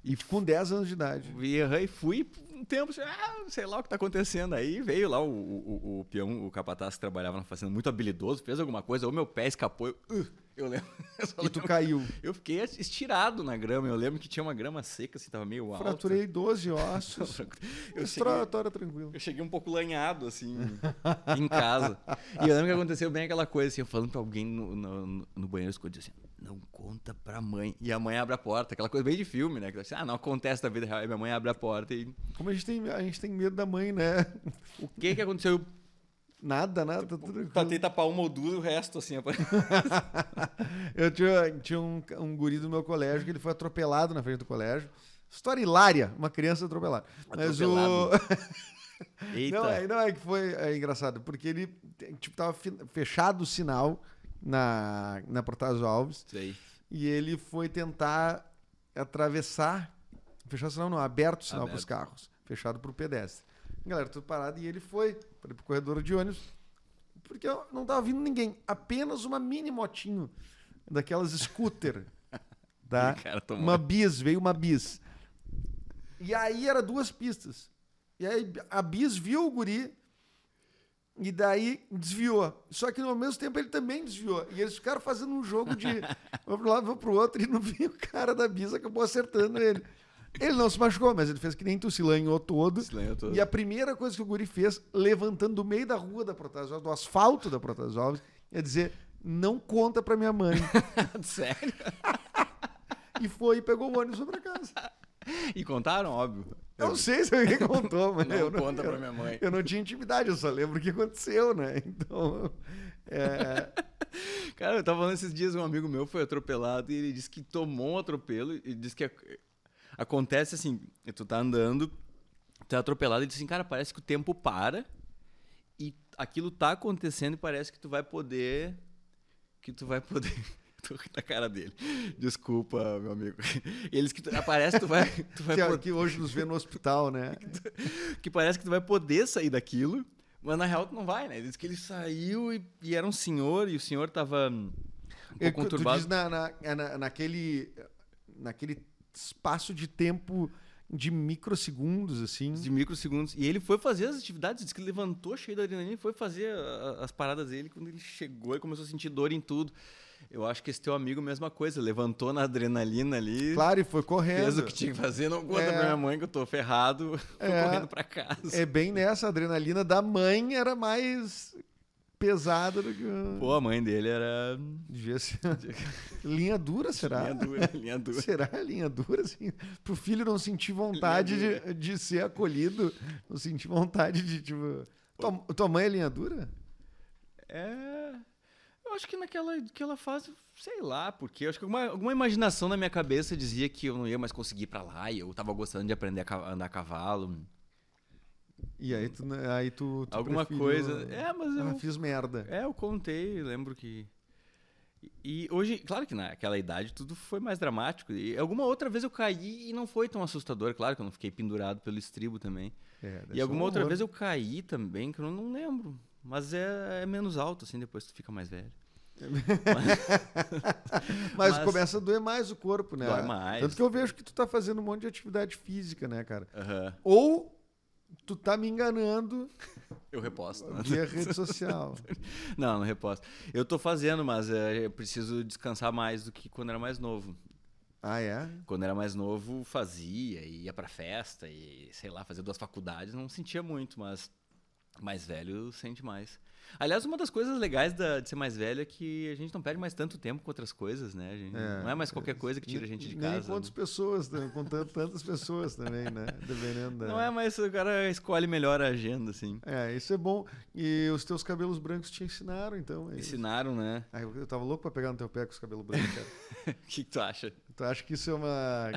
Speaker 2: E com 10 anos de idade.
Speaker 3: E errei, fui por um tempo, assim, ah, sei lá o que tá acontecendo. Aí veio lá o, o, o- o peão, o capataz que trabalhava na fazenda, muito habilidoso, fez alguma coisa, ou meu pé escapou, eu, "Ugh", Eu lembro. (laughs) eu só
Speaker 2: E tu
Speaker 3: lembro-
Speaker 2: caiu.
Speaker 3: Eu fiquei estirado na grama. Eu lembro que tinha uma grama seca, assim, tava meio alto.
Speaker 2: Fraturei 12 ossos. (laughs)
Speaker 3: (laughs) Eu cheguei,
Speaker 2: Estratória tranquila.
Speaker 3: eu cheguei um pouco lanhado, assim, em casa. E eu lembro que aconteceu bem aquela coisa, assim, eu falando pra alguém no, no, no banheiro, escondido assim, não conta pra mãe. E a mãe abre a porta, aquela coisa bem de filme, né? Que assim, ah, não acontece na vida real. E minha mãe abre a porta e...
Speaker 2: Como a gente, tem, a gente tem medo da mãe, né? (laughs)
Speaker 3: O que que (laughs) aconteceu?
Speaker 2: Nada, nada, tá tudo
Speaker 3: Eu Tentei tapar uma ou duas e o resto, assim, apareceu. Tá
Speaker 2: (laughs) Eu tinha, tinha um, um guri do meu colégio que ele foi atropelado na frente do colégio. História hilária, uma criança atropelada. Mas o...
Speaker 3: Atropelado. (laughs) Eita.
Speaker 2: Não, é, não, é que foi é engraçado, porque ele tipo, tava fi- fechado o sinal na, na Portazo Alves
Speaker 3: Isso aí.
Speaker 2: e ele foi tentar atravessar, fechar o sinal não, aberto o sinal para os carros, fechado para o pedestre. Galera, tudo parado e ele foi para o corredor de ônibus, porque não tava vindo ninguém, apenas uma mini motinho daquelas scooter, tá?
Speaker 3: O cara tomou.
Speaker 2: Uma bis, veio uma bis. E aí era duas pistas. E aí a bis viu o guri e daí desviou. Só que no mesmo tempo ele também desviou. E eles ficaram fazendo um jogo de vou pro lado, vou pro outro, e no fim o cara da bis acabou acertando ele. Ele não se machucou, mas ele fez que nem tu se lanhou todo.
Speaker 3: Se lanhou todo.
Speaker 2: E a (laughs) primeira coisa que o guri fez, levantando do meio da rua da Protasópolis, do asfalto da Protasópolis, é dizer, não conta pra minha mãe.
Speaker 3: Sério?
Speaker 2: e foi e pegou o ônibus pra casa.
Speaker 3: E contaram, óbvio.
Speaker 2: Eu não sei se alguém contou, mas
Speaker 3: (laughs) Não
Speaker 2: eu não,
Speaker 3: conta
Speaker 2: eu,
Speaker 3: pra minha mãe.
Speaker 2: eu não tinha intimidade, eu só lembro o que aconteceu, né? Então, é,
Speaker 3: Cara, eu tava falando esses dias, um amigo meu foi atropelado e ele disse que tomou um atropelo e disse que ac- acontece assim, tu tá andando, tu é atropelado e diz assim, cara, parece que o tempo para e aquilo tá acontecendo e parece que tu vai poder que tu vai poder (laughs) Tô rindo da cara dele. Desculpa, meu amigo. (laughs) Eles que tu, ah, parece que tu vai, (laughs) tu vai Um
Speaker 2: que, é o
Speaker 3: poder-
Speaker 2: que hoje nos vê no hospital,
Speaker 3: (laughs)
Speaker 2: né?
Speaker 3: que parece que tu vai poder sair daquilo, mas na real tu não vai, né? Diz que ele saiu e, e era um senhor, e o senhor tava hum, um
Speaker 2: É
Speaker 3: pouco
Speaker 2: que tu
Speaker 3: conturbado.
Speaker 2: diz na, na- é na- naquele, naquele espaço de tempo de microsegundos, assim.
Speaker 3: de microsegundos. E ele foi fazer as atividades, disse que levantou cheio da adrenalina e foi fazer a- a- as paradas dele. Quando ele chegou, ele começou a sentir dor em tudo. Eu acho que esse teu amigo, mesma coisa, levantou na adrenalina ali,
Speaker 2: Claro, e foi
Speaker 3: fez o
Speaker 2: correndo.
Speaker 3: que tinha que fazer, não conta
Speaker 2: É.
Speaker 3: pra minha mãe que eu tô ferrado, (laughs) foi
Speaker 2: É.
Speaker 3: correndo pra casa.
Speaker 2: É bem nessa, a adrenalina da mãe era mais pesada do que... o-
Speaker 3: Pô, a mãe dele era
Speaker 2: Devia
Speaker 3: (laughs)
Speaker 2: ser... Linha dura, será?
Speaker 3: linha dura, (laughs) linha
Speaker 2: (laughs)
Speaker 3: dura.
Speaker 2: Será a linha dura, assim? Pro filho não sentir vontade
Speaker 3: Linha
Speaker 2: de, de ser acolhido, não sentir vontade de, tipo... Tua, tua mãe é linha dura?
Speaker 3: É. Eu acho que naquela aquela fase, sei lá, porque eu acho que alguma, alguma imaginação na minha cabeça dizia que eu não ia mais conseguir ir pra lá e eu tava gostando de aprender a ca- andar a cavalo.
Speaker 2: E aí tu... né, Aí tu, tu
Speaker 3: alguma
Speaker 2: preferiu-
Speaker 3: coisa. É, mas eu.
Speaker 2: Ah, fiz merda.
Speaker 3: É, eu contei, lembro que. E e hoje, claro que naquela idade tudo foi mais dramático. E alguma outra vez eu caí e não foi tão assustador, claro que eu não fiquei pendurado pelo estribo também.
Speaker 2: É, deve
Speaker 3: E
Speaker 2: ser
Speaker 3: alguma
Speaker 2: um
Speaker 3: outra
Speaker 2: horror.
Speaker 3: vez eu caí também, que eu não lembro. Mas é, é menos alto, assim, depois que tu fica mais velho.
Speaker 2: Mas,
Speaker 3: mas-
Speaker 2: começa a doer mais o corpo, né?
Speaker 3: Dói mais.
Speaker 2: Tanto que eu vejo que tu tá fazendo um monte de atividade física, né, cara?
Speaker 3: Aham.
Speaker 2: Ou... Tu tá me enganando
Speaker 3: Eu reposto. né?
Speaker 2: via rede social.
Speaker 3: (laughs) Não, não reposto. Eu tô fazendo, mas é, eu preciso descansar mais do que quando era mais novo.
Speaker 2: Ah, é?
Speaker 3: Quando era mais novo, fazia, e ia pra festa, e sei lá, fazia duas faculdades, não sentia muito, mas mais velho sente mais. Aliás, uma das coisas legais da- de ser mais velho é que a gente não perde mais tanto tempo com outras coisas, né? A gente-
Speaker 2: É,
Speaker 3: não é mais qualquer coisa que tira a gente de
Speaker 2: Nem
Speaker 3: casa.
Speaker 2: quantas pessoas, né? com tan- tantas pessoas também,
Speaker 3: (laughs)
Speaker 2: né? Dependendo da...
Speaker 3: Não é mais o cara escolhe melhor a agenda, assim.
Speaker 2: É, isso é bom. E os teus cabelos brancos te ensinaram, então. é isso.
Speaker 3: Ensinaram, né? (laughs)
Speaker 2: Ai, eu eu tava louco pra pegar no teu pé com os cabelos brancos, cara. (laughs)
Speaker 3: O que, que tu acha?
Speaker 2: tu acha que isso é uma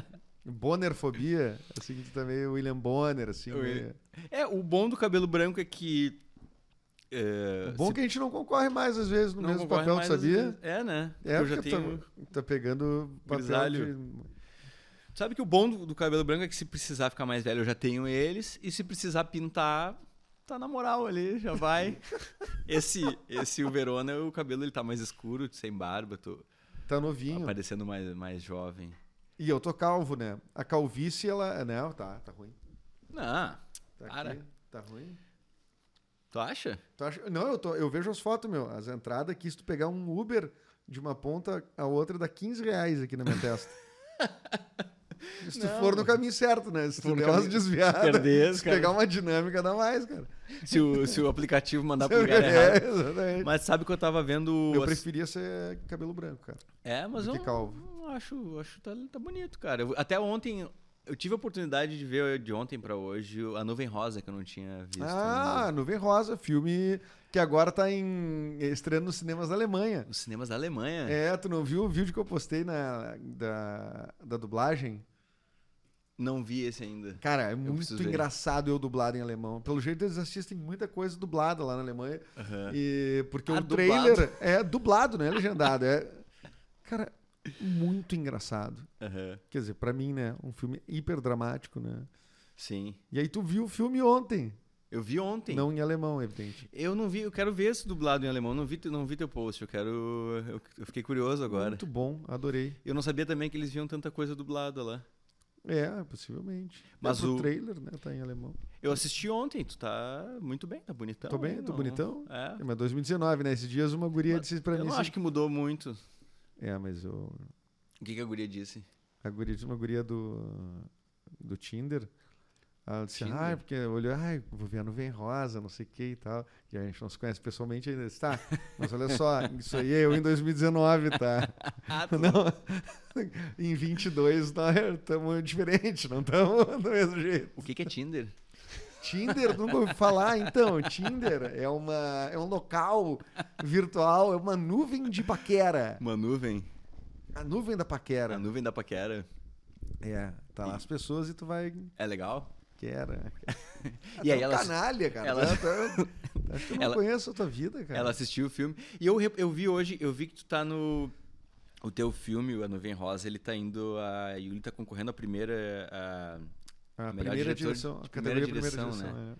Speaker 2: bonerfobia? Assim, que tu tá meio William Bonner, assim.
Speaker 3: Eu-
Speaker 2: meio-
Speaker 3: É, o bom do cabelo branco é que. é,
Speaker 2: O Bom que a gente não concorre mais, às vezes, no
Speaker 3: Não
Speaker 2: mesmo
Speaker 3: concorre
Speaker 2: papel, tu
Speaker 3: mais às
Speaker 2: sabia?
Speaker 3: vezes. É, né?
Speaker 2: É,
Speaker 3: eu já
Speaker 2: porque
Speaker 3: tenho.
Speaker 2: tá, tá pegando papel de...
Speaker 3: grisalho. Sabe que o bom do, do cabelo branco é que se precisar ficar mais velho, eu já tenho eles. E se precisar pintar, tá na moral ali,
Speaker 2: (laughs)
Speaker 3: já vai. esse, esse o Verona, o cabelo ele tá mais escuro, sem barba, tô
Speaker 2: Tá novinho.
Speaker 3: aparecendo mais, mais jovem.
Speaker 2: E eu tô calvo, né? A né, calvície, ela... Não, tá, tá ruim.
Speaker 3: Não.
Speaker 2: Tá
Speaker 3: Para.
Speaker 2: aqui, tá ruim.
Speaker 3: Tu acha?
Speaker 2: Tu acha- Não, eu, tô- eu vejo as fotos, meu. As entradas aqui, se tu pegar um Uber de uma ponta a outra, dá 15 reais aqui na minha
Speaker 3: (laughs)
Speaker 2: testa. se tu
Speaker 3: Não.
Speaker 2: for no caminho certo, né? Se tu
Speaker 3: for no
Speaker 2: der umas
Speaker 3: caminho-
Speaker 2: desviadas,
Speaker 3: se perder,
Speaker 2: se
Speaker 3: cara.
Speaker 2: pegar uma dinâmica, dá mais, cara.
Speaker 3: (laughs) Se o, se o aplicativo
Speaker 2: (laughs)
Speaker 3: mandar pro lugar
Speaker 2: É,
Speaker 3: errado.
Speaker 2: exatamente.
Speaker 3: Mas sabe que eu tava vendo.
Speaker 2: Eu
Speaker 3: as-
Speaker 2: preferia ser cabelo branco, cara.
Speaker 3: É, mas
Speaker 2: do
Speaker 3: eu
Speaker 2: que calvo.
Speaker 3: eu acho, acho tá, tá bonito, cara. Eu- até ontem eu tive a oportunidade de ver de ontem pra hoje a Nuvem Rosa que eu não tinha visto.
Speaker 2: Ah, Nuvem Rosa, filme que agora tá em... estreando nos cinemas da Alemanha.
Speaker 3: Nos cinemas da Alemanha.
Speaker 2: É, tu não viu o vídeo que eu postei na, da, da dublagem?
Speaker 3: Não vi esse ainda.
Speaker 2: Cara, é muito
Speaker 3: preciso ver.
Speaker 2: engraçado eu dublado em alemão. Pelo jeito, eles assistem muita coisa dublada lá na Alemanha.
Speaker 3: Aham.
Speaker 2: E porque
Speaker 3: Ah,
Speaker 2: o
Speaker 3: dublado.
Speaker 2: trailer é dublado, não é legendado. É... Cara, muito engraçado.
Speaker 3: Aham.
Speaker 2: Quer dizer, pra mim, né? Um filme hiper dramático, né?
Speaker 3: Sim.
Speaker 2: E aí tu viu o filme ontem.
Speaker 3: Eu vi ontem.
Speaker 2: Não em alemão, evidente.
Speaker 3: Eu não vi, eu quero ver esse dublado em alemão. Não vi, te- não vi teu post. Eu quero. Eu, eu fiquei curioso agora.
Speaker 2: Muito bom, adorei.
Speaker 3: Eu não sabia também que eles viam tanta coisa dublada lá.
Speaker 2: É, possivelmente.
Speaker 3: Mas
Speaker 2: é pro
Speaker 3: o-
Speaker 2: trailer, né? Tá em alemão.
Speaker 3: Eu assisti ontem, tu tá muito bem, tá bonitão.
Speaker 2: Tô bem,
Speaker 3: hein,
Speaker 2: tô
Speaker 3: não?
Speaker 2: bonitão.
Speaker 3: É.
Speaker 2: É, mas 2019, né? Esses dias uma guria
Speaker 3: Mas
Speaker 2: disse pra
Speaker 3: Eu
Speaker 2: mim.
Speaker 3: não
Speaker 2: assim-
Speaker 3: acho que mudou muito.
Speaker 2: É, mas eu.
Speaker 3: O que, que a guria disse?
Speaker 2: A guria disse uma guria do, do Tinder. Ela disse,
Speaker 3: Tinder?
Speaker 2: ah, porque olhou, ai, vou ver a nuvem rosa, não sei o que e tal. E a gente não se conhece pessoalmente ainda. Eu Disse, tá, mas olha
Speaker 3: (laughs)
Speaker 2: só, isso aí é eu em 2019, tá? (laughs)
Speaker 3: Ah,
Speaker 2: Não, (laughs) em 22 nós estamos diferente, não estamos (laughs) do mesmo jeito.
Speaker 3: O que, que é Tinder?
Speaker 2: Tinder, nunca ouvi falar, então. Tinder é, uma, é um local virtual, é uma nuvem de paquera.
Speaker 3: Uma nuvem.
Speaker 2: A nuvem da
Speaker 3: A
Speaker 2: paquera.
Speaker 3: nuvem da paquera.
Speaker 2: É, tá lá as pessoas e tu vai.
Speaker 3: É legal?
Speaker 2: Quera.
Speaker 3: E aí
Speaker 2: é um
Speaker 3: elas-
Speaker 2: canalha, cara. Tá-
Speaker 3: elas- (laughs)
Speaker 2: tá- Acho que eu não
Speaker 3: Ela-
Speaker 2: conheço a tua vida, cara.
Speaker 3: Ela é assistiu o filme. E eu, re- eu vi hoje, eu vi que tu tá no. O teu filme, A Nuvem Rosa, ele tá indo. A Yuli tá concorrendo à primeira. A...
Speaker 2: A
Speaker 3: melhor
Speaker 2: primeira
Speaker 3: diretor de-
Speaker 2: direção, a
Speaker 3: de
Speaker 2: categoria
Speaker 3: primeira
Speaker 2: primeira direção,
Speaker 3: direção,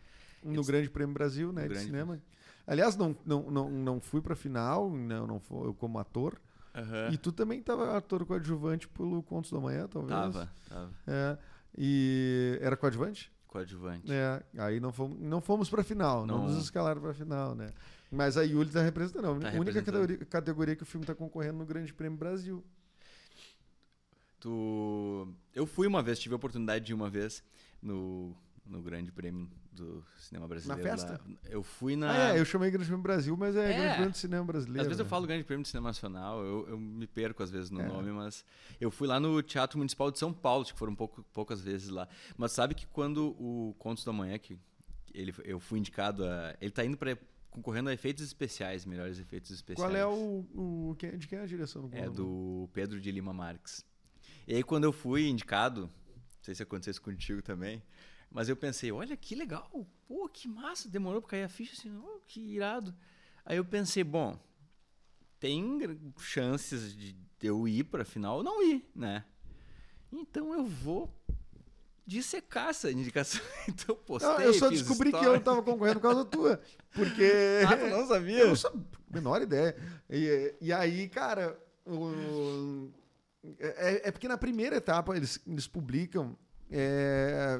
Speaker 2: é. No Grande Prêmio Brasil, né,
Speaker 3: No
Speaker 2: de
Speaker 3: Grande
Speaker 2: cinema. Aliás, não, não, não, não fui pra final, não, não fui, eu como ator.
Speaker 3: Aham.
Speaker 2: E tu também tava ator coadjuvante pelo Contos da Manhã, talvez.
Speaker 3: Tava, tava.
Speaker 2: É. E era coadjuvante?
Speaker 3: Coadjuvante.
Speaker 2: É, aí não fomos, não fomos pra final, não.
Speaker 3: Não.
Speaker 2: nos escalaram pra final, né? Mas a Yuli tá representando, a única
Speaker 3: representando.
Speaker 2: categoria, categoria que o filme tá concorrendo no Grande Prêmio Brasil.
Speaker 3: Tu. Eu fui uma vez, tive a oportunidade de ir uma vez no, no Grande Prêmio do Cinema Brasileiro. lá.
Speaker 2: festa?
Speaker 3: Eu fui na.
Speaker 2: Ah, é, eu chamei Grande Prêmio Brasil, mas é,
Speaker 3: É.
Speaker 2: Grande Prêmio do Cinema Brasileiro.
Speaker 3: Às vezes eu
Speaker 2: né? É.
Speaker 3: falo Grande Prêmio do Cinema Nacional, eu, eu me perco às vezes no nome, mas eu fui lá no Teatro Municipal de São Paulo, acho que foram pouco- poucas vezes lá. Mas sabe que quando o Contos da Manhã, que ele, eu fui indicado a. Ele tá indo para concorrendo a efeitos especiais, melhores efeitos especiais.
Speaker 2: Qual é o. o quem- de quem é a direção do
Speaker 3: É
Speaker 2: Globo?
Speaker 3: do Pedro de Lima Marques. E aí, quando eu fui indicado, não sei se aconteceu isso contigo também, mas eu pensei, olha que legal, pô, que massa, demorou pra cair a ficha, assim, oh, que irado. Aí eu pensei, bom, tem gr- chances de eu ir pra final ou não ir, né? Então eu vou dissecar essa indicação. (laughs) Então eu postei,
Speaker 2: Não, Ah, eu só
Speaker 3: fiz
Speaker 2: descobri que eu
Speaker 3: story.
Speaker 2: tava concorrendo por causa tua. Porque.
Speaker 3: (laughs) Ah, tu não sabia?
Speaker 2: Eu não sabia, menor ideia. E, e aí, cara, o- é, é porque na primeira etapa eles, eles publicam é,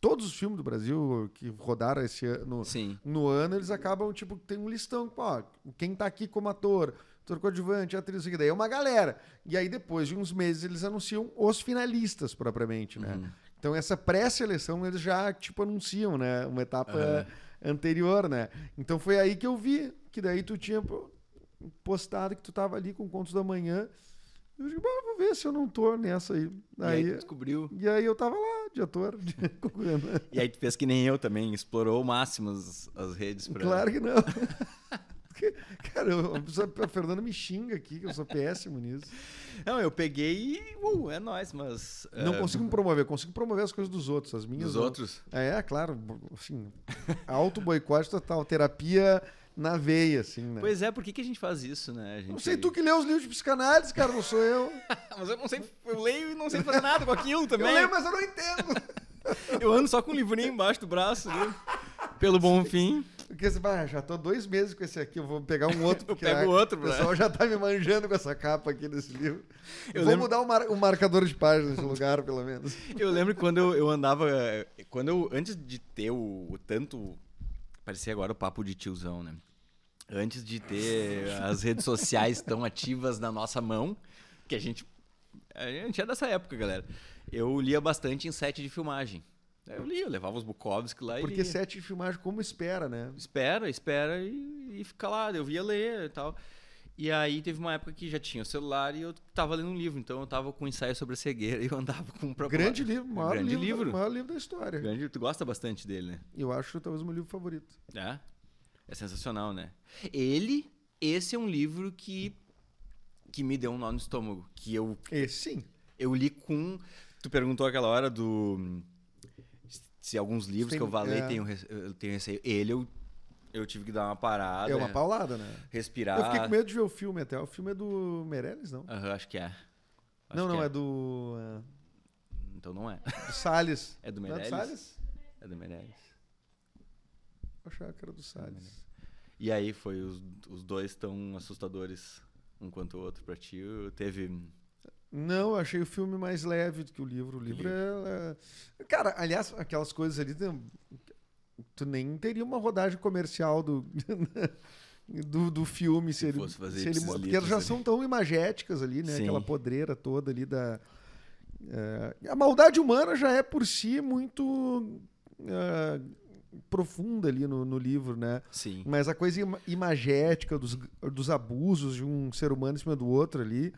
Speaker 2: todos os filmes do Brasil que rodaram esse ano,
Speaker 3: Sim.
Speaker 2: no ano, eles acabam, tipo, tem um listão, ó, quem tá aqui como ator, ator coadjuvante, atriz, não sei o que, daí é uma galera. E aí, depois de uns meses, eles anunciam os finalistas, propriamente,
Speaker 3: Uhum.
Speaker 2: né? Então, essa pré-seleção, eles já, tipo, anunciam, né? Uma etapa anterior, né? Então, foi aí que eu vi, que daí tu tinha pô, postado que tu tava ali com Contos da Manhã, eu digo, "Bah, vou ver se eu não tô nessa aí.
Speaker 3: E aí
Speaker 2: Aí,
Speaker 3: tu descobriu.
Speaker 2: e aí eu tava lá, de ator, (laughs) de concorrendo.
Speaker 3: E aí tu fez que nem eu também, explorou ao máximo as, as redes pra...
Speaker 2: Claro que
Speaker 3: (laughs)
Speaker 2: não. Porque, Cara, eu- a pessoa- a Fernanda me xinga aqui, que eu sou péssimo nisso.
Speaker 3: Não, eu peguei e. Uh, é nóis, mas.
Speaker 2: Não
Speaker 3: eh,
Speaker 2: consigo me promover, consigo promover as coisas dos outros, as minhas.
Speaker 3: Dos
Speaker 2: não.
Speaker 3: outros?
Speaker 2: É, claro, assim, auto-boicote total, terapia na veia, assim, né?
Speaker 3: Pois é, por que, que a gente faz isso, né, gente?
Speaker 2: não sei tu que lê os livros de psicanálise, cara, não sou eu.
Speaker 3: mas eu não sei, eu leio e não sei fazer nada com aquilo
Speaker 2: Eu
Speaker 3: (laughs) também. Eu,
Speaker 2: leio, mas eu não entendo.
Speaker 3: ando só com um livrinho embaixo do braço, viu? Pelo bom fim.
Speaker 2: Porque assim, "Bah, já tô dois meses com esse aqui, eu vou pegar um
Speaker 3: (laughs)
Speaker 2: outro. porque
Speaker 3: pego
Speaker 2: a-
Speaker 3: outro,
Speaker 2: O
Speaker 3: né?
Speaker 2: pessoal já tá me manjando com essa capa aqui desse livro.
Speaker 3: Eu
Speaker 2: vou
Speaker 3: lembro-
Speaker 2: mudar o, mar- o marcador de página nesse lugar, pelo menos.
Speaker 3: Eu lembro quando eu, eu andava. eh, Quando eu. Antes de ter o, o tanto Parecia agora o papo de tiozão, né? Antes de ter as redes sociais tão ativas na nossa mão, que a gente. A gente é dessa época, galera. Eu lia bastante em set de filmagem. Eu lia, eu levava os Bukowski lá e.
Speaker 2: Porque
Speaker 3: lia.
Speaker 2: sete de filmagem, como espera, né?
Speaker 3: Espera, espera e, e fica lá. Eu via ler e tal. E aí teve uma época que já tinha o celular e eu tava lendo um livro. Então eu tava com um ensaio sobre a cegueira e eu andava com um próprio.
Speaker 2: Grande livro, maior,
Speaker 3: Grande
Speaker 2: livro,
Speaker 3: livro.
Speaker 2: maior livro da história.
Speaker 3: Grande, tu gosta bastante dele, né?
Speaker 2: Eu acho talvez o meu livro favorito.
Speaker 3: É. É sensacional, né? Ele, esse é um livro que que me deu um nó no estômago, que eu
Speaker 2: Esse sim.
Speaker 3: eu li com tu perguntou aquela hora do se alguns livros
Speaker 2: Tem-
Speaker 3: que eu valei
Speaker 2: é.
Speaker 3: tenho rece- eu tenho receio. Ele eu eu tive que dar uma parada,
Speaker 2: é uma paulada, né?
Speaker 3: respirar.
Speaker 2: Eu fiquei com medo de ver o filme até. O filme é do Meirelles, não?
Speaker 3: Aham, acho que é. Acho
Speaker 2: não,
Speaker 3: que
Speaker 2: não, é, do, é,
Speaker 3: Então não é.
Speaker 2: do Salles.
Speaker 3: É do
Speaker 2: Não é do
Speaker 3: Meirelles?
Speaker 2: Salles?
Speaker 3: É do Meirelles.
Speaker 2: Eu achava que era do Salles.
Speaker 3: E aí foi os, os dois tão assustadores um quanto o outro pra ti. Teve
Speaker 2: Não, eu achei o filme mais leve do que o livro. O livro é, é- Cara, aliás, aquelas coisas ali. tem- Tu nem teria uma rodagem comercial do. (laughs) Do, do filme, se,
Speaker 3: Se
Speaker 2: ele,
Speaker 3: fosse fazer
Speaker 2: se ele
Speaker 3: esses
Speaker 2: mo- Porque
Speaker 3: litros
Speaker 2: elas já
Speaker 3: ali.
Speaker 2: são tão imagéticas ali, né?
Speaker 3: Sim.
Speaker 2: Aquela podreira toda ali da. é, a maldade humana já é por si muito é, profunda ali no, no livro, né?
Speaker 3: sim.
Speaker 2: Mas a coisa ima- imagética dos, dos abusos de um ser humano em cima do outro ali.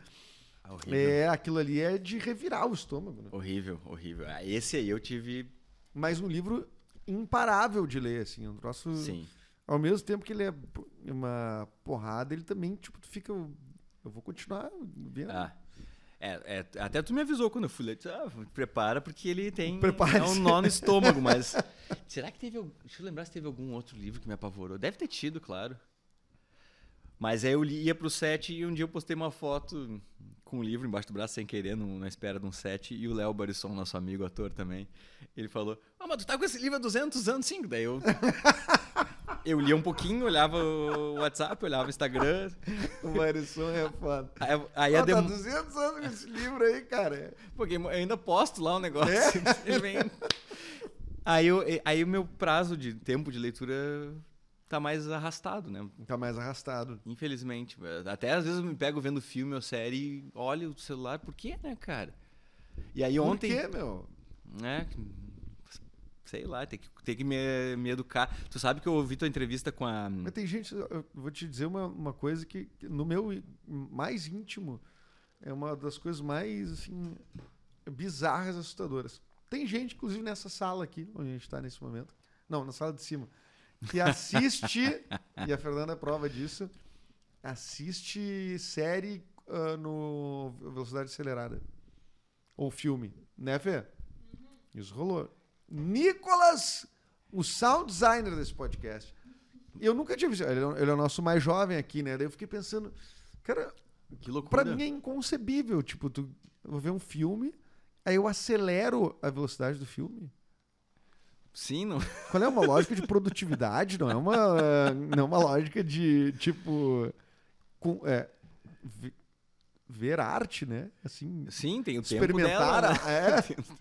Speaker 3: Horrível.
Speaker 2: É, aquilo ali é de revirar o estômago, né?
Speaker 3: Horrível, horrível. Ah, Esse aí eu tive.
Speaker 2: Mas um livro imparável de ler, assim, um troço...
Speaker 3: Sim.
Speaker 2: Ao mesmo tempo que ele é po- uma porrada, ele também, tipo, tu fica... Eu eu vou continuar vendo. (laughs)
Speaker 3: Ah. É, é, até tu me avisou quando eu fui ler. tu disse, Ah, prepara, porque ele tem
Speaker 2: (laughs) Prepare-se.
Speaker 3: é um nó no
Speaker 2: (laughs)
Speaker 3: estômago, mas. Será que teve. algum- Deixa eu lembrar se teve algum outro livro que me apavorou. Deve ter tido, claro. Mas aí eu li- ia pro set e um dia eu postei uma foto com o livro embaixo do braço, sem querer, num- na espera de um set. E o Léo Barisson, nosso amigo ator também, ele falou: Ah, mas tu tá com esse livro há 200 anos, sim. Daí
Speaker 2: (laughs)
Speaker 3: eu. eu lia um pouquinho, olhava o WhatsApp, olhava o Instagram.
Speaker 2: O Marisson é foda.
Speaker 3: Aí, aí a
Speaker 2: Ah, tá
Speaker 3: demo-
Speaker 2: 200 anos com esse livro aí, cara. é,
Speaker 3: Porque eu ainda posto lá o negócio. (laughs) Eles vêm. Aí, eu, aí o meu prazo de tempo de leitura tá mais arrastado, né?
Speaker 2: Tá mais arrastado.
Speaker 3: Infelizmente. Até às vezes eu me pego vendo filme ou série e olho o celular. Por quê, né, cara? E aí ontem.
Speaker 2: Por quê, meu?
Speaker 3: Né? Sei lá, tem que, tem que me, me educar. Tu sabe que eu ouvi tua entrevista com a.
Speaker 2: Mas tem gente... Eu vou te dizer uma, uma coisa que, que no meu í- mais íntimo, é uma das coisas mais, assim, bizarras e assustadoras. Tem gente, inclusive, nessa sala aqui, onde a gente está nesse momento. Não, na sala de cima. Que assiste, e a Fernanda é prova disso, assiste série ah, no Velocidade Acelerada. Ou filme. Né, Fê? Isso rolou. Nicolas, o sound designer desse podcast. Eu nunca tinha visto. Ele é, ele é o nosso mais jovem aqui, né? Daí eu fiquei pensando, cara,
Speaker 3: Que
Speaker 2: Pra
Speaker 3: loucura.
Speaker 2: mim é inconcebível. Tipo, tu, eu vou ver um filme, aí eu acelero a velocidade do filme.
Speaker 3: Sim, não.
Speaker 2: Qual é uma lógica de produtividade? Não é uma, não é uma lógica de, tipo. Com, é, ve- ver arte, né? Assim.
Speaker 3: Sim, tem o tempo
Speaker 2: experimentar.
Speaker 3: dela. né?
Speaker 2: a-
Speaker 3: (laughs)
Speaker 2: É. Tipo,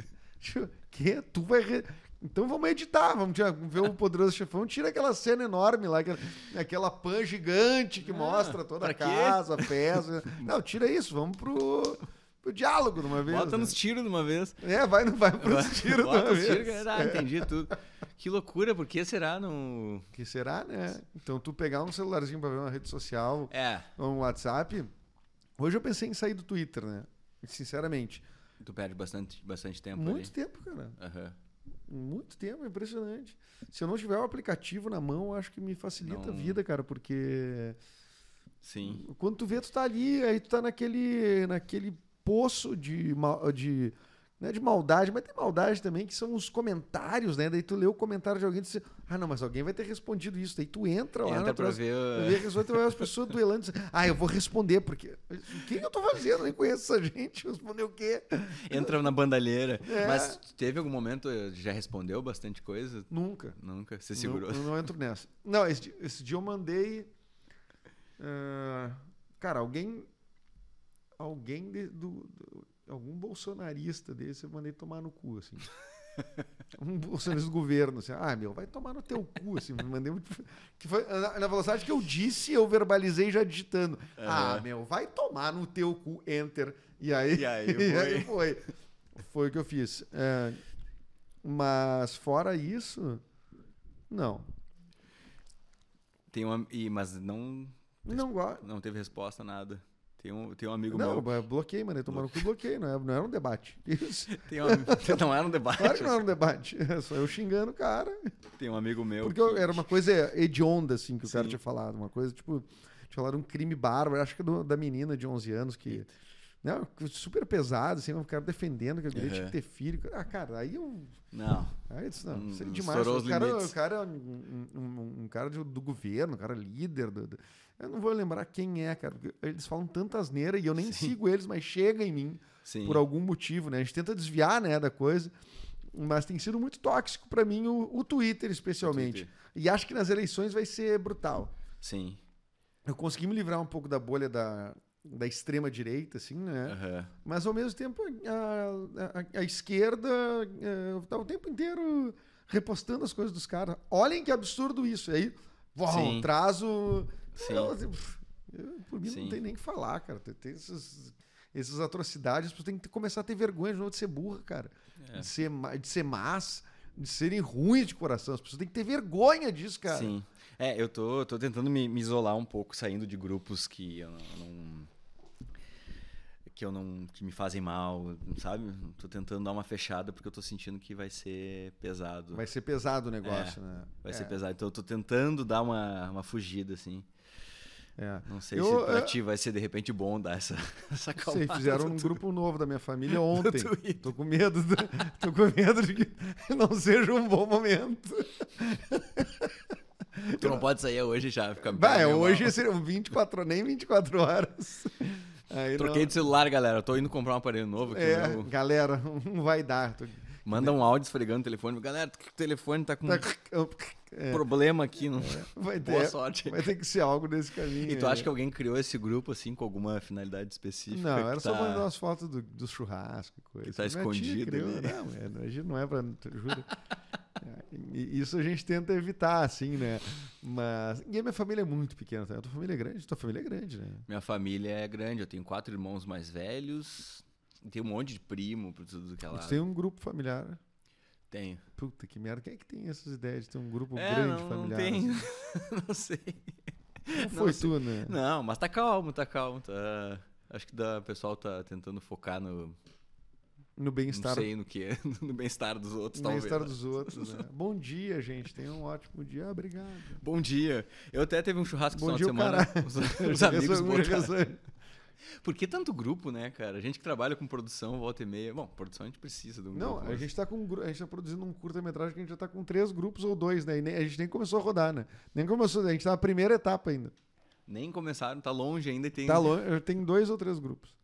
Speaker 2: Que? Tu vai. re- Então vamos editar, vamos tirar- ver o Poderoso Chefão, tira aquela cena enorme lá, aquela, aquela pan gigante que
Speaker 3: Ah,
Speaker 2: mostra toda a
Speaker 3: pra quê?
Speaker 2: casa, a
Speaker 3: (laughs)
Speaker 2: festa. Não, tira isso, vamos pro, pro diálogo de uma vez.
Speaker 3: Bota
Speaker 2: né?
Speaker 3: nos tiros de uma vez.
Speaker 2: É, vai, vai pros tiros de
Speaker 3: Bota
Speaker 2: uma
Speaker 3: os tiros,
Speaker 2: vez.
Speaker 3: cara. Ah, entendi tudo. Que loucura, por que será no.
Speaker 2: Que será, né? Então tu pegar um celularzinho pra ver uma rede social,
Speaker 3: É,
Speaker 2: ou um WhatsApp. Hoje eu pensei em sair do Twitter, né? Sinceramente.
Speaker 3: tu perde bastante, bastante tempo
Speaker 2: Muito
Speaker 3: ali.
Speaker 2: tempo, cara.
Speaker 3: Aham.
Speaker 2: Muito tempo, é impressionante. Se eu não tiver o aplicativo na mão, eu acho que me facilita a
Speaker 3: Não.
Speaker 2: vida, cara, porque
Speaker 3: Sim.
Speaker 2: quando tu vê, tu tá ali, aí tu tá naquele, naquele poço de, mal- de, não é de maldade, mas tem maldade também, que são os comentários, né? Daí tu lê o comentário de alguém e diz, ah, não, mas alguém vai ter respondido isso. Daí tu entra lá
Speaker 3: Entra
Speaker 2: na
Speaker 3: pra
Speaker 2: tua- (laughs)
Speaker 3: ver. eh,
Speaker 2: tu vê que as outras as pessoas duelando, diz, ah, eu vou responder, porque quem eu tô fazendo? Eu nem conheço essa gente, responder o quê?
Speaker 3: Entra na bandalheira.
Speaker 2: É.
Speaker 3: Mas teve algum momento, eh, já respondeu bastante coisa?
Speaker 2: Nunca.
Speaker 3: Nunca. Você segurou.
Speaker 2: Não, não entro nessa. Não, esse, di- esse dia eu mandei. ah, cara, alguém.
Speaker 3: (laughs)
Speaker 2: Alguém de- do, do- Algum bolsonarista desse eu mandei tomar no cu, assim. Um bolsonarista do governo, assim, ah, meu, vai tomar no teu cu, assim, me mandei um- que foi na, na velocidade que eu disse, eu verbalizei já digitando. Ah,
Speaker 3: Aham.
Speaker 2: meu, vai tomar no teu cu, enter. E aí,
Speaker 3: (laughs) E aí,
Speaker 2: foi. Foi o que eu fiz. É, mas fora isso, não.
Speaker 3: Tem uma, e, mas não,
Speaker 2: Não gosto.
Speaker 3: não teve resposta, nada. Tem um, tem um amigo
Speaker 2: Não,
Speaker 3: meu.
Speaker 2: eu bloqueei, mano. Tomaram que bloqueei, não era, não era um
Speaker 3: (laughs)
Speaker 2: debate. Isso.
Speaker 3: Tem um, (laughs) não era um debate.
Speaker 2: Claro que não era um debate. É só eu xingando o cara.
Speaker 3: Tem um amigo meu.
Speaker 2: Porque eu-
Speaker 3: que-
Speaker 2: era uma coisa hedionda, assim, que o cara
Speaker 3: Sim.
Speaker 2: tinha falado. Uma coisa, tipo, tinha falado um crime bárbaro, acho que do- da menina de 11 anos, que. Não, super pesado, assim, o cara defendendo que a guria tinha que
Speaker 3: Aham.
Speaker 2: ter filho. Ah, cara, aí eu.
Speaker 3: Não.
Speaker 2: Aí eu disse, não,
Speaker 3: Hum,
Speaker 2: isso é demais.
Speaker 3: estourou
Speaker 2: O
Speaker 3: os
Speaker 2: cara,
Speaker 3: limites.
Speaker 2: o cara é um, um- um- um cara de- do governo, um cara líder. do- do- Eu não vou lembrar quem é, cara. porque Eles falam tanta asneira e eu nem sigo eles, mas chega em mim
Speaker 3: Sim.
Speaker 2: por algum motivo, né? A gente tenta desviar, né, da coisa, mas tem sido muito tóxico pra mim o, o Twitter especialmente.
Speaker 3: O Twitter.
Speaker 2: E acho que nas eleições vai ser brutal.
Speaker 3: Sim.
Speaker 2: Eu consegui me livrar um pouco da bolha da, da extrema direita, assim, né?
Speaker 3: Aham.
Speaker 2: Mas ao mesmo tempo a, a- a esquerda eh, tá o tempo inteiro repostando as coisas dos caras. Olhem que absurdo isso. E aí, uau,
Speaker 3: Sim.
Speaker 2: traz o.
Speaker 3: Sim.
Speaker 2: Eu, assim, pff, eu, por mim não
Speaker 3: Sim.
Speaker 2: tem nem o que falar, cara. Tem, tem essas, essas atrocidades, as pessoas têm que começar a ter vergonha de novo de ser burra, cara.
Speaker 3: É.
Speaker 2: De, ser, ma- de ser más, de serem ruins de coração. As pessoas têm que ter vergonha disso, cara.
Speaker 3: Sim. É, eu tô, tô tentando me, me isolar um pouco, saindo de grupos que eu não. eu não- que eu não. que me fazem mal, sabe? Tô tentando dar uma fechada porque eu tô sentindo que vai ser pesado. Vai,
Speaker 2: Vai ser pesado o negócio, né?
Speaker 3: ser
Speaker 2: É,
Speaker 3: pesado. Então eu tô tentando dar uma, uma fugida, assim.
Speaker 2: É.
Speaker 3: Não sei
Speaker 2: Eu,
Speaker 3: se pra
Speaker 2: é-
Speaker 3: ti vai ser de repente bom dar essa, (laughs) essa
Speaker 2: Não sei,
Speaker 3: calma.
Speaker 2: fizeram um grupo novo da minha
Speaker 3: (laughs)
Speaker 2: família ontem.
Speaker 3: Twitter.
Speaker 2: Tô com medo, do- tô com medo de que (laughs) não seja um bom momento.
Speaker 3: Tu não pode sair hoje já, fica
Speaker 2: Vai,
Speaker 3: É bem
Speaker 2: hoje um
Speaker 3: mal.
Speaker 2: seriam 24, nem 24
Speaker 3: (laughs)
Speaker 2: horas. Aí
Speaker 3: Troquei
Speaker 2: não-
Speaker 3: de celular, galera. Eu tô indo comprar um aparelho novo. Que
Speaker 2: É,
Speaker 3: o meu-
Speaker 2: galera, não vai dar. Tô-
Speaker 3: Manda um áudio esfregando o telefone. Galera, o telefone tá com
Speaker 2: (laughs) É,
Speaker 3: problema aqui. Não...
Speaker 2: vai
Speaker 3: Boa
Speaker 2: ter,
Speaker 3: sorte.
Speaker 2: vai ter que ser algo desse caminho. né?
Speaker 3: E tu acha
Speaker 2: aí.
Speaker 3: que alguém criou esse grupo, assim, com alguma finalidade específica?
Speaker 2: Não,
Speaker 3: que
Speaker 2: era só
Speaker 3: tá-
Speaker 2: mandar umas fotos do, do churrasco e coisa.
Speaker 3: tá
Speaker 2: Minha tia
Speaker 3: escondido
Speaker 2: criou,
Speaker 3: ali.
Speaker 2: Não, é, não, a gente não é pra. Juro. E Isso a gente tenta evitar, assim, né? Mas. E a minha família é muito pequena também. A tua família é grande? Tua família é grande, né?
Speaker 3: Minha família é grande. Eu tenho quatro irmãos mais velhos. e Tem um monte de primo por tudo que ela...
Speaker 2: Tu tem um grupo familiar. um
Speaker 3: Tenho.
Speaker 2: Puta que merda. Quem é que tem essas ideias de ter um grupo
Speaker 3: é,
Speaker 2: grande
Speaker 3: não,
Speaker 2: familiar?
Speaker 3: não (laughs) tenho.
Speaker 2: assim?
Speaker 3: não sei.
Speaker 2: Não
Speaker 3: Não
Speaker 2: foi
Speaker 3: sei.
Speaker 2: tu, né?
Speaker 3: Não, mas tá calmo, tá calmo. Tá... Acho que dá- o pessoal tá tentando focar no...
Speaker 2: No
Speaker 3: Não
Speaker 2: bem-estar
Speaker 3: sei no que. (laughs) No bem-estar dos outros,
Speaker 2: no
Speaker 3: talvez.
Speaker 2: bem-estar dos outros, né? Bom dia, gente. Tenha um ótimo dia. Ah, obrigado.
Speaker 3: Bom dia. Eu até teve um churrasco
Speaker 2: Bom
Speaker 3: no
Speaker 2: dia, o
Speaker 3: final de
Speaker 2: (laughs)
Speaker 3: semana. Os,
Speaker 2: é
Speaker 3: os amigos botaram. Por que tanto grupo, né, cara? A gente que trabalha com produção, volta e meia. Bom, produção a gente precisa de um
Speaker 2: Não,
Speaker 3: grupo.
Speaker 2: a gente tá com um gru- a gente tá produzindo um curta-metragem que a gente já tá com três grupos ou dois, né? E nem- a gente nem começou a rodar, né? Nem começou, a gente tá na primeira etapa ainda.
Speaker 3: Nem começaram, tá longe ainda e tem.
Speaker 2: Tá longe, eu tenho dois ou três grupos.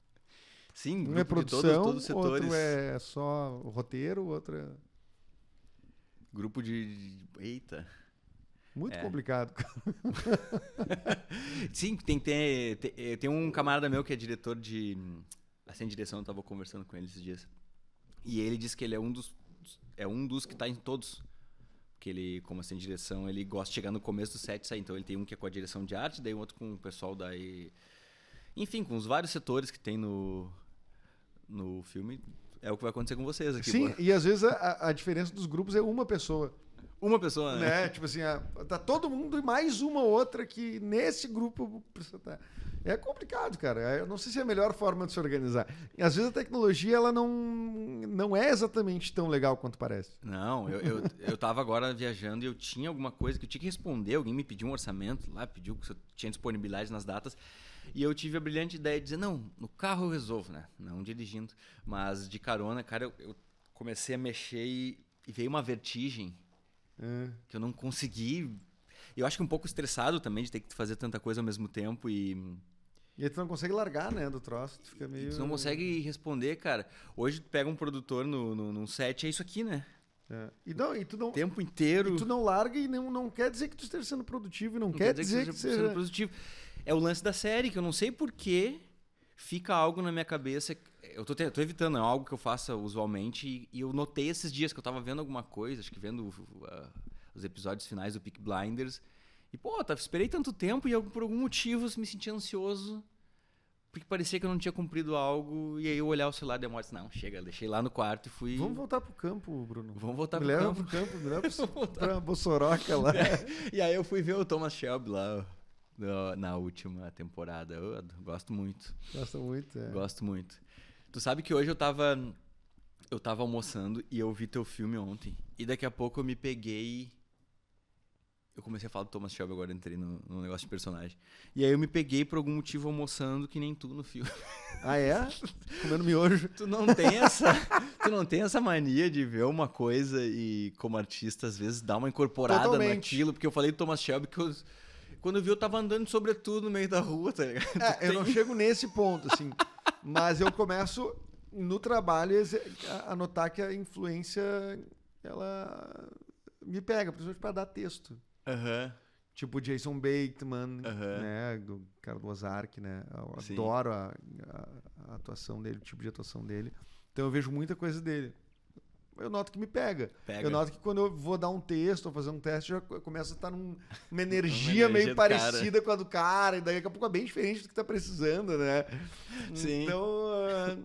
Speaker 3: Sim,
Speaker 2: Um
Speaker 3: grupo
Speaker 2: é
Speaker 3: de
Speaker 2: produção,
Speaker 3: todos, todos os setores.
Speaker 2: outro é só o roteiro, outro é
Speaker 3: Grupo de. de- Eita.
Speaker 2: muito
Speaker 3: É.
Speaker 2: complicado.
Speaker 3: Sim, tem que ter. Tem, eh, tem um camarada meu que é diretor de. Assim, direção, eu tava conversando com ele esses dias. E ele disse que ele é um dos. É um dos que tá em todos. Porque ele, como assim, direção, ele gosta de chegar no começo do set e sair. Então ele tem um que é com a direção de arte, daí um outro com o pessoal daí. Enfim, com os vários setores que tem no. No filme. É o que vai acontecer com vocês aqui.
Speaker 2: Sim,
Speaker 3: pô.
Speaker 2: e às vezes a, a diferença dos grupos é uma pessoa,
Speaker 3: Uma pessoa, né?
Speaker 2: né? tipo assim, a- tá todo mundo e mais uma outra que nesse grupo precisa tá. É complicado, cara. Eu não sei se é a melhor forma de se organizar. E às vezes a tecnologia ela não não é exatamente tão legal quanto parece.
Speaker 3: Não, eu, eu, eu tava agora viajando e eu tinha alguma coisa que eu tinha que responder. Alguém me pediu um orçamento lá, pediu que eu tinha disponibilidade nas datas. E eu tive a brilhante ideia de dizer: não, no carro eu resolvo, né? Não dirigindo. Mas de carona, cara, eu, eu comecei a mexer e, e veio uma vertigem
Speaker 2: É.
Speaker 3: que eu não consegui. Eu acho que um pouco estressado também de ter que fazer tanta coisa ao mesmo tempo e
Speaker 2: E aí tu não consegue largar, né, do troço. Tu fica meio...
Speaker 3: tu não consegue responder, cara. Hoje tu pega um produtor no, no, num set, é isso aqui, né?
Speaker 2: É. E, não, e tu não...
Speaker 3: O tempo
Speaker 2: E
Speaker 3: inteiro.
Speaker 2: tu não larga e não, não quer dizer que tu esteja sendo produtivo e não,
Speaker 3: Não
Speaker 2: quer dizer que
Speaker 3: seja sendo
Speaker 2: seja...
Speaker 3: positivo. É o lance da série, que eu não sei por que fica algo na minha cabeça. eu tô, te- tô evitando, é algo que eu faço usualmente. E, e eu notei esses dias que eu tava vendo alguma coisa, acho que vendo uh, os episódios finais do Peak Blinders. E, pô, tá, esperei tanto tempo e eu, por algum motivo me senti ansioso. Porque parecia que eu não tinha cumprido algo. E aí eu olhar o celular e disse, não, chega, deixei lá no quarto e fui.
Speaker 2: Vamos voltar pro campo, Bruno.
Speaker 3: Vamos voltar
Speaker 2: me
Speaker 3: pro
Speaker 2: leva
Speaker 3: campo.
Speaker 2: pro campo,
Speaker 3: (laughs)
Speaker 2: me leva pro- pra Bossoroca lá.
Speaker 3: E aí eu fui ver o Thomas Shelby lá ó, na última temporada. Eu ad- gosto muito.
Speaker 2: Gosta muito, é.
Speaker 3: Gosto muito. Tu sabe que hoje eu tava. Eu tava almoçando e eu vi teu filme ontem. E daqui a pouco eu me peguei. Eu comecei a falar do Thomas Shelby, agora entrei no, no negócio de personagem. E aí eu me peguei por algum motivo almoçando que nem tu no filme.
Speaker 2: Ah, é?
Speaker 3: (laughs)
Speaker 2: Comendo miojo.
Speaker 3: Tu não tem essa, (laughs) tu não tem essa mania de ver uma coisa e, como artista, às vezes dá uma incorporada
Speaker 2: Totalmente.
Speaker 3: naquilo, porque eu falei do Thomas Shelby que eu, quando eu vi eu tava andando de sobretudo no meio da rua, tá ligado? (laughs)
Speaker 2: É, eu não chego nesse ponto, assim. Mas eu começo no trabalho exe- a- a notar que a influência ela me pega, principalmente para dar texto.
Speaker 3: Aham.
Speaker 2: Tipo Jason Bateman,
Speaker 3: Aham.
Speaker 2: né? O cara do Ozark, né? Eu
Speaker 3: Sim.
Speaker 2: adoro a, a- a atuação dele, o tipo de atuação dele. Então eu vejo muita coisa dele. Eu noto que me pega.
Speaker 3: Pega.
Speaker 2: Eu noto que quando eu vou dar um texto ou fazer um teste, já co- começa a estar numa energia
Speaker 3: (laughs) energia
Speaker 2: meio
Speaker 3: do cara.
Speaker 2: parecida com a do cara, e daqui a pouco é bem diferente do que tá precisando, né?
Speaker 3: Sim.
Speaker 2: Então, ah,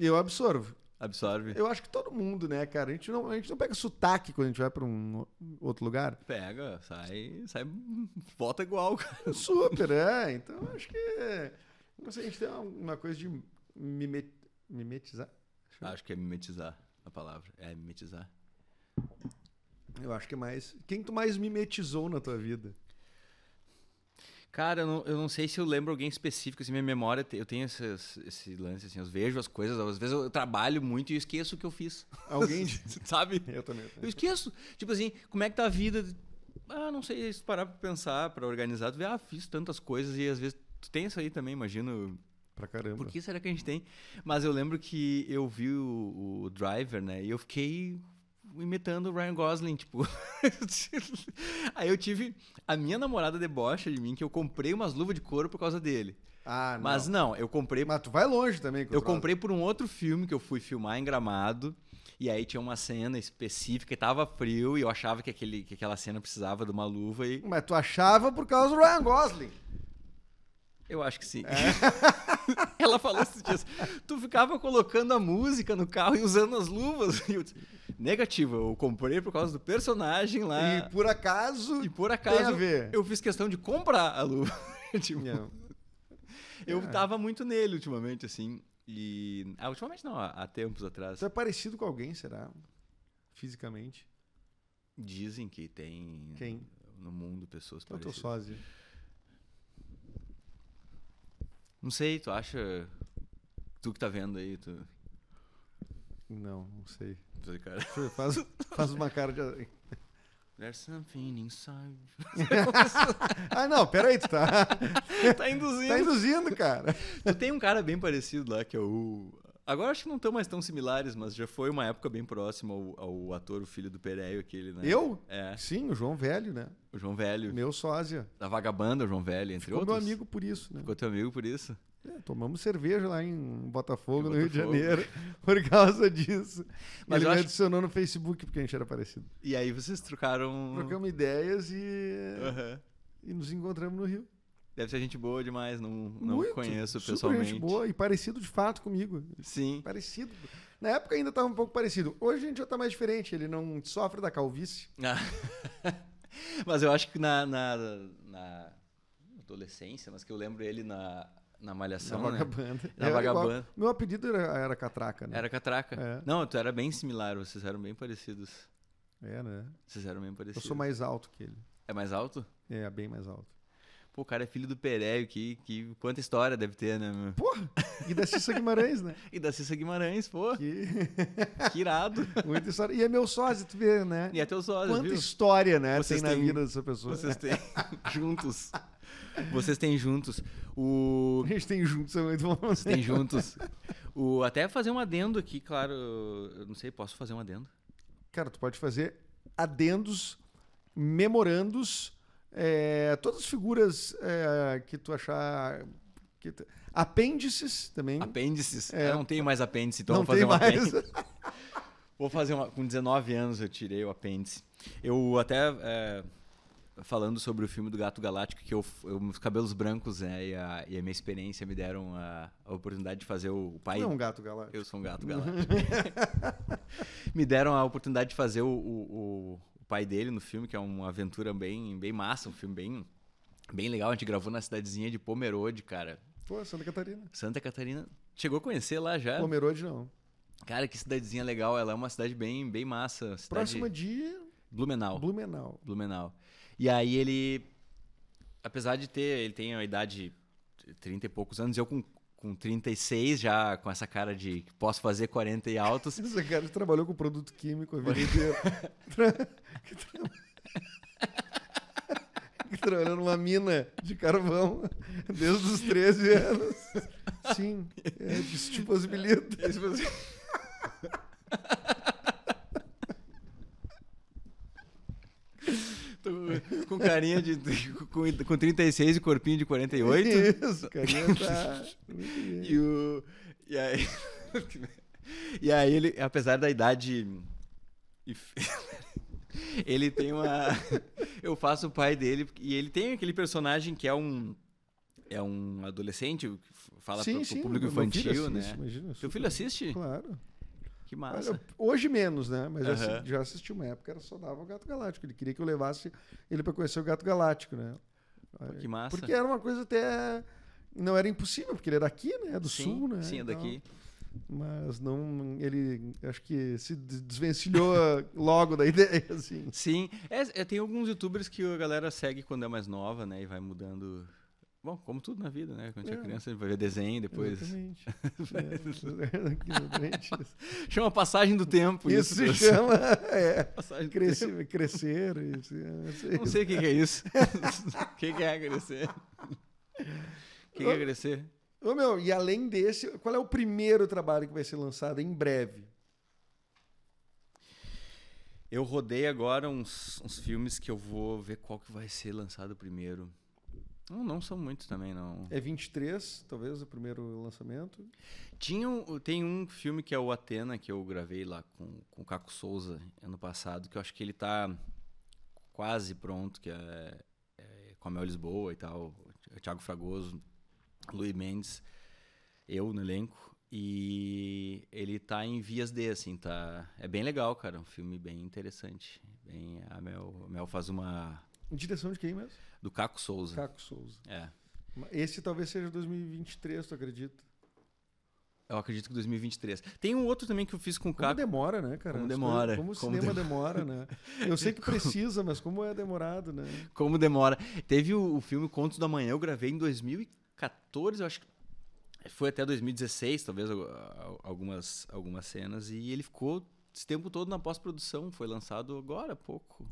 Speaker 2: eu absorvo.
Speaker 3: Absorve.
Speaker 2: Eu acho que todo mundo, né, cara? A gente não, a gente não pega sotaque quando a gente vai pra um outro lugar.
Speaker 3: (laughs) Pega, sai, sai, volta igual, cara.
Speaker 2: Super, é. Então acho que. Não sei, a gente tem uma, uma coisa de mimet- mimetizar.
Speaker 3: Acho que é mimetizar a palavra. É mimetizar.
Speaker 2: Eu acho que é mais. Quem tu mais mimetizou na tua vida?
Speaker 3: Cara, eu não, eu não sei se eu lembro alguém específico, assim, minha memória, te- eu tenho esses- esse, lance, assim, eu vejo as coisas, às vezes eu trabalho muito e esqueço o que eu fiz.
Speaker 2: Alguém.
Speaker 3: (laughs)
Speaker 2: de-
Speaker 3: Sabe?
Speaker 2: Eu também. eu
Speaker 3: Eu
Speaker 2: também.
Speaker 3: esqueço. Tipo assim, como é que tá a vida? Ah, não sei, se parar pra pensar, pra organizar, tu vê, ah, fiz tantas coisas e às vezes tu tem isso aí também, imagino.
Speaker 2: Pra caramba.
Speaker 3: Por que será que a gente tem? Mas eu lembro que eu vi o, o Driver, né? E eu fiquei imitando o Ryan Gosling, tipo. (laughs) aí eu tive a minha namorada debocha de mim que eu comprei umas luvas de couro por causa dele.
Speaker 2: Ah, não.
Speaker 3: Mas
Speaker 2: Mas,
Speaker 3: não, eu comprei
Speaker 2: tu vai longe também. com o
Speaker 3: eu
Speaker 2: troço.
Speaker 3: comprei por um outro filme que eu fui filmar em Gramado. E aí tinha uma cena específica e tava frio e eu achava que, aquele, que aquela cena precisava de uma luva e...
Speaker 2: Mas tu achava por causa do Ryan Gosling.
Speaker 3: Eu acho que sim.
Speaker 2: É.
Speaker 3: (laughs) Ela falou esses dias, tu ficava colocando a música no carro e usando as luvas. (laughs) E eu disse, Negativo, eu comprei por causa do personagem lá.
Speaker 2: E por acaso.
Speaker 3: É. E, por acaso
Speaker 2: tem a
Speaker 3: (laughs)
Speaker 2: ver.
Speaker 3: eu fiz questão de comprar a luva. (laughs) tipo,
Speaker 2: Não.
Speaker 3: Eu
Speaker 2: É.
Speaker 3: tava muito nele ultimamente, assim. E... Ah, ultimamente não, há- há tempos atrás.
Speaker 2: Tu é parecido com alguém, será? Fisicamente.
Speaker 3: Dizem que tem
Speaker 2: Quem?
Speaker 3: no mundo pessoas
Speaker 2: Eu tô
Speaker 3: parecidas.
Speaker 2: sósia.
Speaker 3: Não sei, tu acha. Tu que tá vendo aí, tu.
Speaker 2: Não, não sei.
Speaker 3: tu- Cara.
Speaker 2: Faz, faz uma cara de.
Speaker 3: There's something inside.
Speaker 2: Ah, não, peraí, tu
Speaker 3: (laughs)
Speaker 2: tá,
Speaker 3: tá
Speaker 2: (laughs)
Speaker 3: induzindo.
Speaker 2: tá induzindo, cara.
Speaker 3: Tu tem um cara bem parecido lá que é o. Agora acho que não estão mais tão similares, mas já foi uma época bem próxima ao, ao ator, o filho do Pereio, aquele, né?
Speaker 2: Eu?
Speaker 3: É,
Speaker 2: Sim, o João Velho, né?
Speaker 3: o João Velho.
Speaker 2: Meu sósia.
Speaker 3: Da Vagabanda, o João Velho, entre
Speaker 2: Ficou
Speaker 3: outros.
Speaker 2: meu amigo por isso, né?
Speaker 3: Ficou teu amigo por isso?
Speaker 2: É, tomamos cerveja lá em Botafogo,
Speaker 3: Em
Speaker 2: no Rio de
Speaker 3: Botafogo.
Speaker 2: Janeiro, (laughs) por causa disso.
Speaker 3: Mas
Speaker 2: Ele
Speaker 3: eu
Speaker 2: me
Speaker 3: acho-
Speaker 2: adicionou no Facebook porque a gente era parecido.
Speaker 3: E aí vocês trocaram.
Speaker 2: Trocamos ideias e,
Speaker 3: Aham.
Speaker 2: e nos encontramos no Rio.
Speaker 3: Deve ser gente boa demais, não, não
Speaker 2: Muito,
Speaker 3: conheço
Speaker 2: super
Speaker 3: pessoalmente.
Speaker 2: gente boa e parecido de fato comigo.
Speaker 3: Sim.
Speaker 2: Parecido. Na época ainda tava um pouco parecido. Hoje a gente já tá mais diferente. Ele não sofre da calvície.
Speaker 3: Ah. (laughs) mas eu acho que na, na, na adolescência, mas que eu lembro ele na, na
Speaker 2: Na
Speaker 3: Malhação, né?
Speaker 2: vagabanda.
Speaker 3: Na
Speaker 2: Eu era igual-
Speaker 3: vagabanda.
Speaker 2: Meu apelido era, era Catraca, né?
Speaker 3: Era catraca.
Speaker 2: É.
Speaker 3: Não, tu era bem similar, vocês eram bem parecidos.
Speaker 2: É, né?
Speaker 3: Vocês eram bem
Speaker 2: Eu
Speaker 3: parecidos.
Speaker 2: sou mais alto que ele.
Speaker 3: É mais alto?
Speaker 2: É, bem mais alto.
Speaker 3: Pô, o cara é filho do Pereio, que, que quanta história deve ter, né, meu?
Speaker 2: Porra! E da Cissa Guimarães, né?
Speaker 3: E da Cissa Guimarães, pô,
Speaker 2: Que... (laughs)
Speaker 3: que irado.
Speaker 2: Muita história. E é meu sócio, tu vê, né?
Speaker 3: E até os olhos,
Speaker 2: Quanta (laughs)
Speaker 3: viu?
Speaker 2: história, né?
Speaker 3: Vocês
Speaker 2: tem na
Speaker 3: têm-
Speaker 2: vida dessa pessoa.
Speaker 3: Vocês têm (laughs) juntos. Vocês têm juntos. O
Speaker 2: A gente tem juntos, é muito bom.
Speaker 3: Vocês têm juntos. O, até fazer um adendo aqui, claro. Eu não sei, posso fazer um adendo?
Speaker 2: Cara, tu pode fazer adendos, eh, memorandos, é, todas as figuras é, que tu eh, achar que que tu- Apêndices também.
Speaker 3: Apêndices?
Speaker 2: É.
Speaker 3: Eu não tenho mais apêndice, então
Speaker 2: não
Speaker 3: vou
Speaker 2: tem
Speaker 3: fazer um
Speaker 2: mais.
Speaker 3: apêndice. Vou fazer uma. Com 19 anos eu tirei o apêndice. Eu até. é, falando sobre o filme do Gato Galáctico, que eu, eu meus cabelos brancos né, e, a, e a minha experiência me deram a, a oportunidade de fazer o, o pai.
Speaker 2: Não é um gato galáctico.
Speaker 3: Eu sou um gato galáctico. (laughs) Me deram a oportunidade de fazer o, o- o- o pai dele no filme, que é uma aventura bem, bem massa, um filme bem, bem legal. A gente gravou na cidadezinha de Pomerode, cara.
Speaker 2: Pô, Santa Catarina.
Speaker 3: Santa Catarina. Chegou a conhecer lá já?
Speaker 2: Pomerode não.
Speaker 3: Cara, que cidadezinha legal. Ela é uma cidade bem, bem massa. Cidade
Speaker 2: Próxima de
Speaker 3: Blumenau.
Speaker 2: Blumenau.
Speaker 3: Blumenau. E aí ele, apesar de ter, ele tem a idade de 30 e poucos anos, eu com, com 36 já, com essa cara de que posso fazer 40
Speaker 2: (laughs)
Speaker 3: e altos,
Speaker 2: Esse cara trabalhou com produto químico a vida inteira.
Speaker 3: (laughs)
Speaker 2: Tra- que tra- que Trabalhou numa mina de carvão desde os 13 anos. Sim, é, isso te possibilita.
Speaker 3: Esse você- Tô com- com carinha de. (laughs) Com, com 36 e corpinho de 48.
Speaker 2: Isso,
Speaker 3: (laughs)
Speaker 2: carinha tá. Muito bem.
Speaker 3: E, o, e aí. (laughs) E aí ele, apesar da idade. e f- (laughs) Ele tem uma. (laughs) Eu faço o pai dele. E ele tem aquele personagem que é um. É um adolescente, que fala pro, pro público
Speaker 2: meu- meu
Speaker 3: infantil,
Speaker 2: filho
Speaker 3: né?
Speaker 2: assiste, Imagina,
Speaker 3: Teu filho assiste?
Speaker 2: Claro.
Speaker 3: Que massa.
Speaker 2: Olha, hoje menos, né? Mas eu assi-
Speaker 3: Aham.
Speaker 2: já assisti uma época, era só dava o Gato Galáctico. Ele queria que eu levasse ele pra conhecer o Gato Galáctico, né?
Speaker 3: Pô, que massa.
Speaker 2: Porque é era uma coisa até. Não era impossível, porque ele era aqui, né? É do
Speaker 3: sim,
Speaker 2: sul, né?
Speaker 3: Sim, é
Speaker 2: Então,
Speaker 3: daqui.
Speaker 2: mas não. Ele acho que se des- desvencilhou (laughs) logo da ideia, assim.
Speaker 3: Sim. É, é, tem alguns youtubers que a galera segue quando é mais nova, né? E vai mudando. Bom, como tudo na vida, né? Quando a gente é
Speaker 2: É.
Speaker 3: criança, a gente vai ver desenho, depois.
Speaker 2: Exatamente.
Speaker 3: (laughs)
Speaker 2: É, exatamente.
Speaker 3: Chama passagem do tempo.
Speaker 2: Isso se
Speaker 3: Deus.
Speaker 2: chama (laughs) é,
Speaker 3: (laughs) Passagem do tempo.
Speaker 2: crescer. crescer isso, é,
Speaker 3: Não sei o que, que é isso. (laughs) O que, que é crescer? O que, que é crescer?
Speaker 2: Ô, meu, e além desse, qual é o primeiro trabalho que vai ser lançado em breve?
Speaker 3: Eu rodei agora uns, uns filmes que eu vou ver qual que vai ser lançado primeiro. Não, não são muitos também, não.
Speaker 2: É 23, talvez, o primeiro lançamento.
Speaker 3: Tinha um- tem um filme que é o Atena, que eu gravei lá com, com o Caco Souza ano passado, que eu acho que ele tá quase pronto, que é, é com a Mel Lisboa e tal, o Thiago Fragoso, Luiz Mendes, eu no elenco. E ele tá em vias de, assim, tá. É bem legal, cara. Um filme bem interessante. Bem, a Mel, a Mel faz uma.
Speaker 2: Em direção de quem mesmo?
Speaker 3: Do Caco Souza.
Speaker 2: Caco Souza.
Speaker 3: É.
Speaker 2: Esse talvez seja 2023, tu acredita?
Speaker 3: Eu acredito que 2023. Tem um outro também que eu fiz com o
Speaker 2: Como
Speaker 3: Caco.
Speaker 2: demora, né, cara?
Speaker 3: Como
Speaker 2: As coisas-
Speaker 3: demora,
Speaker 2: Como o
Speaker 3: como
Speaker 2: cinema demora,
Speaker 3: (laughs)
Speaker 2: né? Eu sei que precisa, mas como é demorado, né?
Speaker 3: Como demora. Teve o, o filme Contos da Manhã, eu gravei em 2014, eu acho que foi até 2016, talvez, al- al- algumas, algumas cenas, e ele ficou esse tempo todo na pós-produção, foi lançado agora há pouco.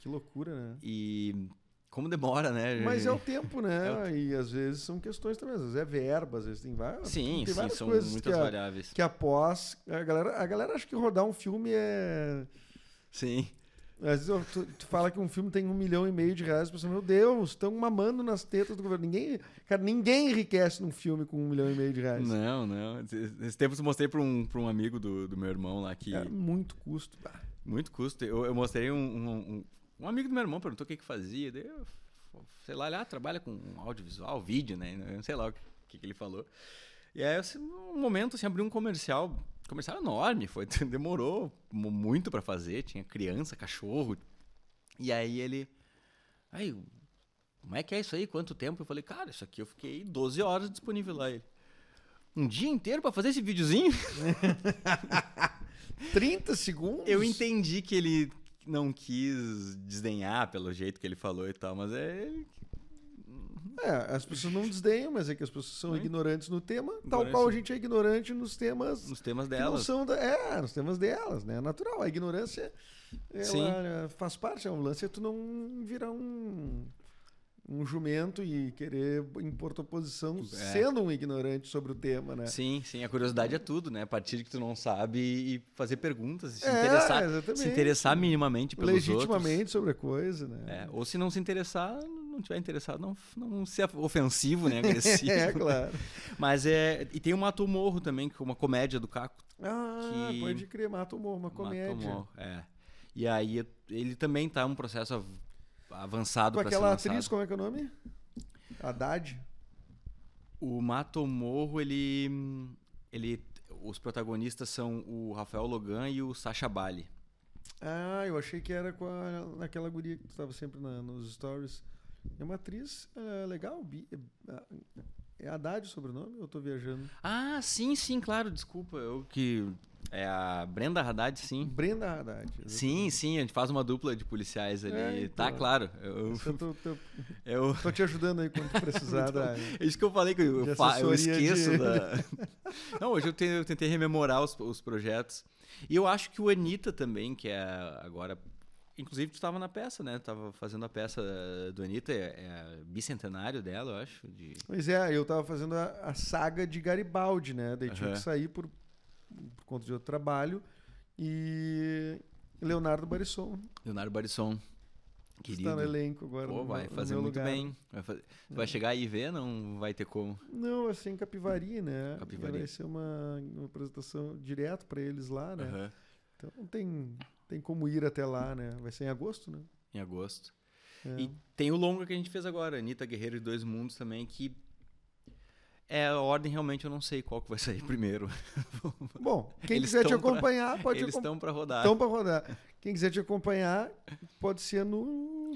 Speaker 2: Que loucura, né?
Speaker 3: E como demora, né?
Speaker 2: Mas é o
Speaker 3: o
Speaker 2: tempo, né? E às vezes são questões também. Às vezes é verba, às vezes tem várias.
Speaker 3: Sim,
Speaker 2: tem
Speaker 3: sim,
Speaker 2: várias
Speaker 3: são
Speaker 2: coisas
Speaker 3: muitas
Speaker 2: que, é a,
Speaker 3: variáveis.
Speaker 2: que após. A galera, a galera acha que rodar um filme é.
Speaker 3: Sim.
Speaker 2: Às vezes eu- tu, tu fala que um filme tem um milhão e meio de reais, você meu Deus, estão mamando nas tetas do governo. Ninguém, cara, ninguém enriquece num filme com um milhão e meio de reais.
Speaker 3: Não, não. Esse esse tempo eu mostrei para um, pra um amigo do, do meu irmão lá que.
Speaker 2: É muito custo. Ah,
Speaker 3: Muito custo. Eu, eu mostrei um, um, um- um amigo do meu irmão perguntou o que, que fazia. Daí eu, sei lá, ele ah, trabalha com audiovisual, vídeo, né? Eu não sei lá o que, que ele falou. E aí, assim, um momento, assim, abriu um comercial. Comercial enorme, foi. (laughs) Demorou mu- muito pra fazer. Tinha criança, cachorro. E aí ele. Aí, como é que é isso aí? Quanto tempo? Eu falei, cara, isso aqui eu fiquei 12 horas disponível lá. Ele, um dia inteiro pra fazer esse videozinho?
Speaker 2: 30 segundos?
Speaker 3: Eu entendi que ele não quis desdenhar pelo jeito que ele falou e tal, mas é. ele-
Speaker 2: É, as pessoas não desdenham, mas é que as pessoas são
Speaker 3: Não.
Speaker 2: ignorantes no tema, tal
Speaker 3: Né? Ignorantes.
Speaker 2: qual a gente é ignorante nos temas
Speaker 3: Nos temas
Speaker 2: que não
Speaker 3: delas.
Speaker 2: são da- é, nos temas delas, né? É natural. A ignorância ela
Speaker 3: Sim.
Speaker 2: faz parte, é um lance é tu não virar um um jumento e querer impor tua posição
Speaker 3: É.
Speaker 2: sendo um ignorante sobre o tema, né?
Speaker 3: Sim, sim, a curiosidade é tudo, né? A partir de que tu não sabe e fazer perguntas, se
Speaker 2: É,
Speaker 3: interessar,
Speaker 2: exatamente.
Speaker 3: se interessar minimamente pelos outros.
Speaker 2: Legitimamente sobre a coisa, né?
Speaker 3: É, ou se não se interessar, não não tiver interessado, não, não ser ofensivo,
Speaker 2: (laughs)
Speaker 3: né? Agressivo.
Speaker 2: É, claro.
Speaker 3: Mas é. E tem o Mato Morro também, que é uma comédia do Caco.
Speaker 2: Ah,
Speaker 3: (laughs) Que-
Speaker 2: pode crer, Mato Morro, uma comédia.
Speaker 3: Mato Morro, é. E aí ele também tá um processo av- avançado
Speaker 2: Com
Speaker 3: para ser
Speaker 2: aquela
Speaker 3: lançado.
Speaker 2: atriz, como é que é o nome? Haddad.
Speaker 3: O Mato Morro, ele. ele os protagonistas são o Rafael Logan e o Sacha Bali.
Speaker 2: Ah, eu achei que era com a, naquela guria que tu tava sempre na- nos stories. É uma atriz é, legal, Bi- é, é Haddad o sobrenome? ou Eu tô viajando.
Speaker 3: Ah, sim, sim, claro, desculpa. Eu que. É a Brenda Haddad, sim.
Speaker 2: Brenda Haddad.
Speaker 3: Sim, sim, a gente faz uma dupla de policiais ali.
Speaker 2: É, então.
Speaker 3: Tá claro. Eu,
Speaker 2: Eu tô, tô-
Speaker 3: eu,
Speaker 2: tô te ajudando aí quando tu
Speaker 3: (laughs)
Speaker 2: precisar. da-
Speaker 3: É isso que eu falei que eu,
Speaker 2: De
Speaker 3: eu fa- eu
Speaker 2: assessoria
Speaker 3: esqueço
Speaker 2: de-
Speaker 3: da.
Speaker 2: (laughs)
Speaker 3: Não, hoje eu, te- eu tentei rememorar os, os projetos. E eu acho que o Anitta também, que é agora. Inclusive, tu estava na peça, né? Tu Tava fazendo a peça do Anitta, é, é bicentenário dela, eu acho. de-
Speaker 2: Pois é, eu tava fazendo a, a saga de Garibaldi, né? Daí tinha
Speaker 3: Aham.
Speaker 2: que sair por, por conta de outro trabalho. E Leonardo Barisson
Speaker 3: Leonardo Barisson.
Speaker 2: está no
Speaker 3: Querido.
Speaker 2: elenco agora.
Speaker 3: Pô,
Speaker 2: no
Speaker 3: vai
Speaker 2: meu- tá no
Speaker 3: fazer
Speaker 2: meu
Speaker 3: muito
Speaker 2: lugar. É.
Speaker 3: bem. Vai, fa- tu vai chegar aí e ver, não vai ter como.
Speaker 2: Não, vai ser em Capivari, né?
Speaker 3: Capivari.
Speaker 2: Vai ser uma, uma apresentação direto pra eles lá, né?
Speaker 3: Aham.
Speaker 2: Então não tem, tem como ir até lá, né? Vai ser em agosto, né?
Speaker 3: Em agosto.
Speaker 2: É.
Speaker 3: E tem o longa que a gente fez agora, Anitta Guerreiro de Dois Mundos também, que é a ordem realmente eu não sei qual que vai sair (laughs) primeiro.
Speaker 2: Bom, quem
Speaker 3: Eles
Speaker 2: quiser te
Speaker 3: tão pra-
Speaker 2: acompanhar, pode
Speaker 3: (laughs)
Speaker 2: Então
Speaker 3: Eles
Speaker 2: acompanhar.
Speaker 3: estão pra rodar.
Speaker 2: Estão pra rodar. Quem quiser te acompanhar, pode ser no,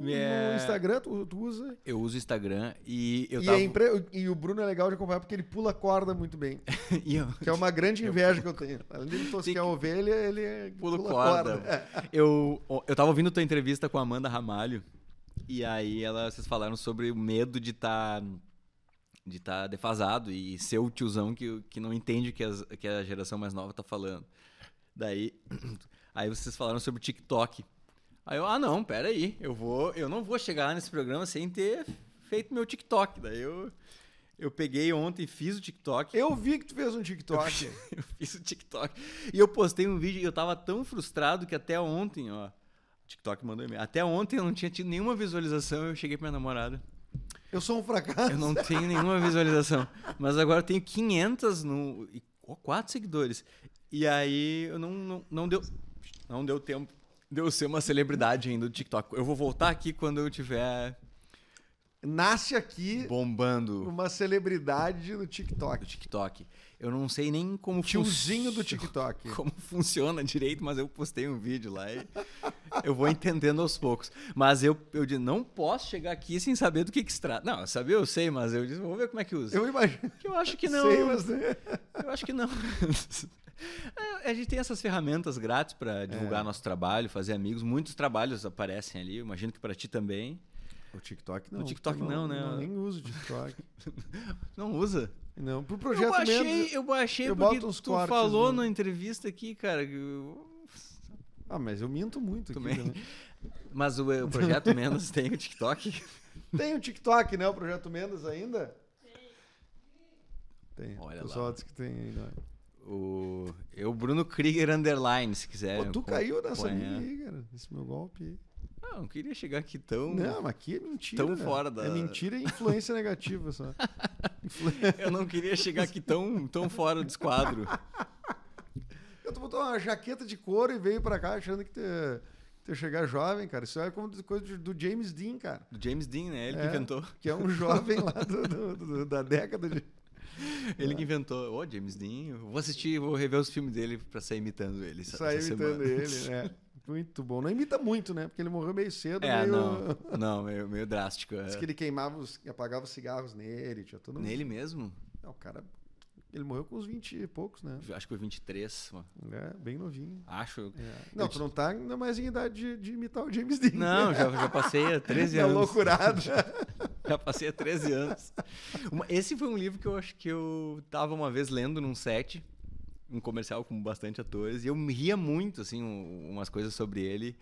Speaker 2: no
Speaker 3: É.
Speaker 2: Instagram, tu, tu usa.
Speaker 3: Eu uso o Instagram e eu
Speaker 2: E,
Speaker 3: tava
Speaker 2: é impre- e o Bruno é legal de acompanhar porque ele pula corda muito bem.
Speaker 3: (laughs) e (laughs) eu,
Speaker 2: Que é uma grande inveja que eu tenho. Além de tosquear a ovelha, ele é
Speaker 3: Pulo
Speaker 2: pula,
Speaker 3: corda.
Speaker 2: corda. É,
Speaker 3: eu eu tava ouvindo tua entrevista com a Amanda Ramalho e aí ela vocês falaram sobre o medo de estar de estar defasado e ser o tiozão que, que não entende o que, as- que a geração mais nova tá falando. Daí (clears throat) aí vocês falaram sobre o TikTok. Aí eu, ah não, pera aí, eu vou, eu não vou chegar lá nesse programa sem ter feito meu TikTok. Daí eu eu peguei ontem, fiz o TikTok.
Speaker 2: Eu vi que tu fez um TikTok.
Speaker 3: Eu (laughs) fiz o TikTok. E eu postei um vídeo e eu tava tão frustrado que até ontem, ó. o TikTok mandou e-mail. Até ontem eu não tinha tido nenhuma visualização. Eu cheguei pra minha namorada.
Speaker 2: Eu sou um fracasso.
Speaker 3: (laughs) Eu não tenho
Speaker 2: (laughs)
Speaker 3: nenhuma visualização. Mas agora eu tenho 500 no. E, ó, quatro seguidores. E aí eu não, não, não deu. Não deu tempo de eu ser uma celebridade ainda do TikTok. Eu vou voltar aqui quando eu tiver
Speaker 2: Nasce aqui
Speaker 3: bombando
Speaker 2: uma celebridade no
Speaker 3: o
Speaker 2: TikTok.
Speaker 3: TikTok. Eu não sei nem como
Speaker 2: Tiozinho do
Speaker 3: func- (laughs)
Speaker 2: TikTok.
Speaker 3: como funciona direito, mas eu postei um vídeo lá e eu vou entendendo aos poucos. Mas eu, eu disse, não posso chegar aqui sem saber do que, que se trata. Não, saber eu sei, mas eu disse, vou ver como é que usa. Eu,
Speaker 2: Eu imagino.
Speaker 3: eu acho (laughs) que não.
Speaker 2: Sei, mas, né?
Speaker 3: Eu acho que não. (laughs) É, A gente tem essas ferramentas grátis para
Speaker 2: É.
Speaker 3: divulgar nosso trabalho, fazer amigos. Muitos trabalhos aparecem ali, eu imagino que para ti também.
Speaker 2: O TikTok né?
Speaker 3: não. Eu não-
Speaker 2: Eu
Speaker 3: não,
Speaker 2: nem uso o TikTok.
Speaker 3: Não usa.
Speaker 2: (laughs) Não, pro
Speaker 3: Eu
Speaker 2: projeto
Speaker 3: achei,
Speaker 2: menos.
Speaker 3: eu achei
Speaker 2: eu
Speaker 3: porque
Speaker 2: boto uns
Speaker 3: tu
Speaker 2: cortes
Speaker 3: falou
Speaker 2: no-
Speaker 3: na entrevista aqui, cara, que eu-
Speaker 2: Ah, mas eu minto muito aqui. né?
Speaker 3: Também.
Speaker 2: também.
Speaker 3: mas o,
Speaker 2: (laughs)
Speaker 3: o Projeto Menos tem o TikTok.
Speaker 2: Tem o TikTok, né? O projeto Mendes ainda? Tem.
Speaker 3: Olha
Speaker 2: Olha
Speaker 3: lá.
Speaker 2: o pessoal diz que tem né? ainda.
Speaker 3: O... Eu, Bruno Krieger Underline, se quiser.
Speaker 2: Pô, tu
Speaker 3: acompanhar.
Speaker 2: caiu nessa minha aí, cara. Esse meu golpe aí.
Speaker 3: Ah, não queria chegar aqui é. tão.
Speaker 2: Não, mas aqui é mentira.
Speaker 3: tão
Speaker 2: né?
Speaker 3: fora da-
Speaker 2: É mentira e influência negativa
Speaker 3: (laughs)
Speaker 2: só.
Speaker 3: Eu não queria chegar aqui tão, tão fora do esquadro.
Speaker 2: Eu tu botou uma jaqueta de couro e veio pra cá achando que tu ia, que tu ia chegar jovem, cara. Isso é como coisa de- do James Dean, cara.
Speaker 3: Do James Dean, né? Ele que
Speaker 2: É.
Speaker 3: inventou.
Speaker 2: Que
Speaker 3: (laughs)
Speaker 2: é um jovem lá do- do- do- da década de.
Speaker 3: Ele
Speaker 2: É.
Speaker 3: que inventou. Ô, James Dean, eu vou assistir, vou rever os filmes dele pra sair imitando ele. essa-
Speaker 2: Saiu
Speaker 3: essa
Speaker 2: imitando
Speaker 3: semana.
Speaker 2: ele, né? Muito bom. Não imita muito, né? Porque ele morreu meio cedo,
Speaker 3: (laughs) É,
Speaker 2: meio.
Speaker 3: não. Não, meio, meio drástico. é.
Speaker 2: Diz que ele queimava os. apagava os cigarros nele, tinha todo mundo.
Speaker 3: Nele mesmo?
Speaker 2: Não, o cara. Ele morreu com uns 20 e poucos, né?
Speaker 3: Acho que foi 23, mano.
Speaker 2: É, bem novinho. (laughs)
Speaker 3: Acho.
Speaker 2: É. Não, tu não tá ainda mais em idade de, de imitar o James Dean.
Speaker 3: Não, já, já passei
Speaker 2: (laughs)
Speaker 3: há 13
Speaker 2: É
Speaker 3: anos. (laughs)
Speaker 2: loucurado.
Speaker 3: Já passei há 13 anos. Uma- esse foi um livro que eu acho que eu tava uma vez lendo num set, um comercial com bastante atores, e eu me ria muito, assim, um- umas coisas sobre ele.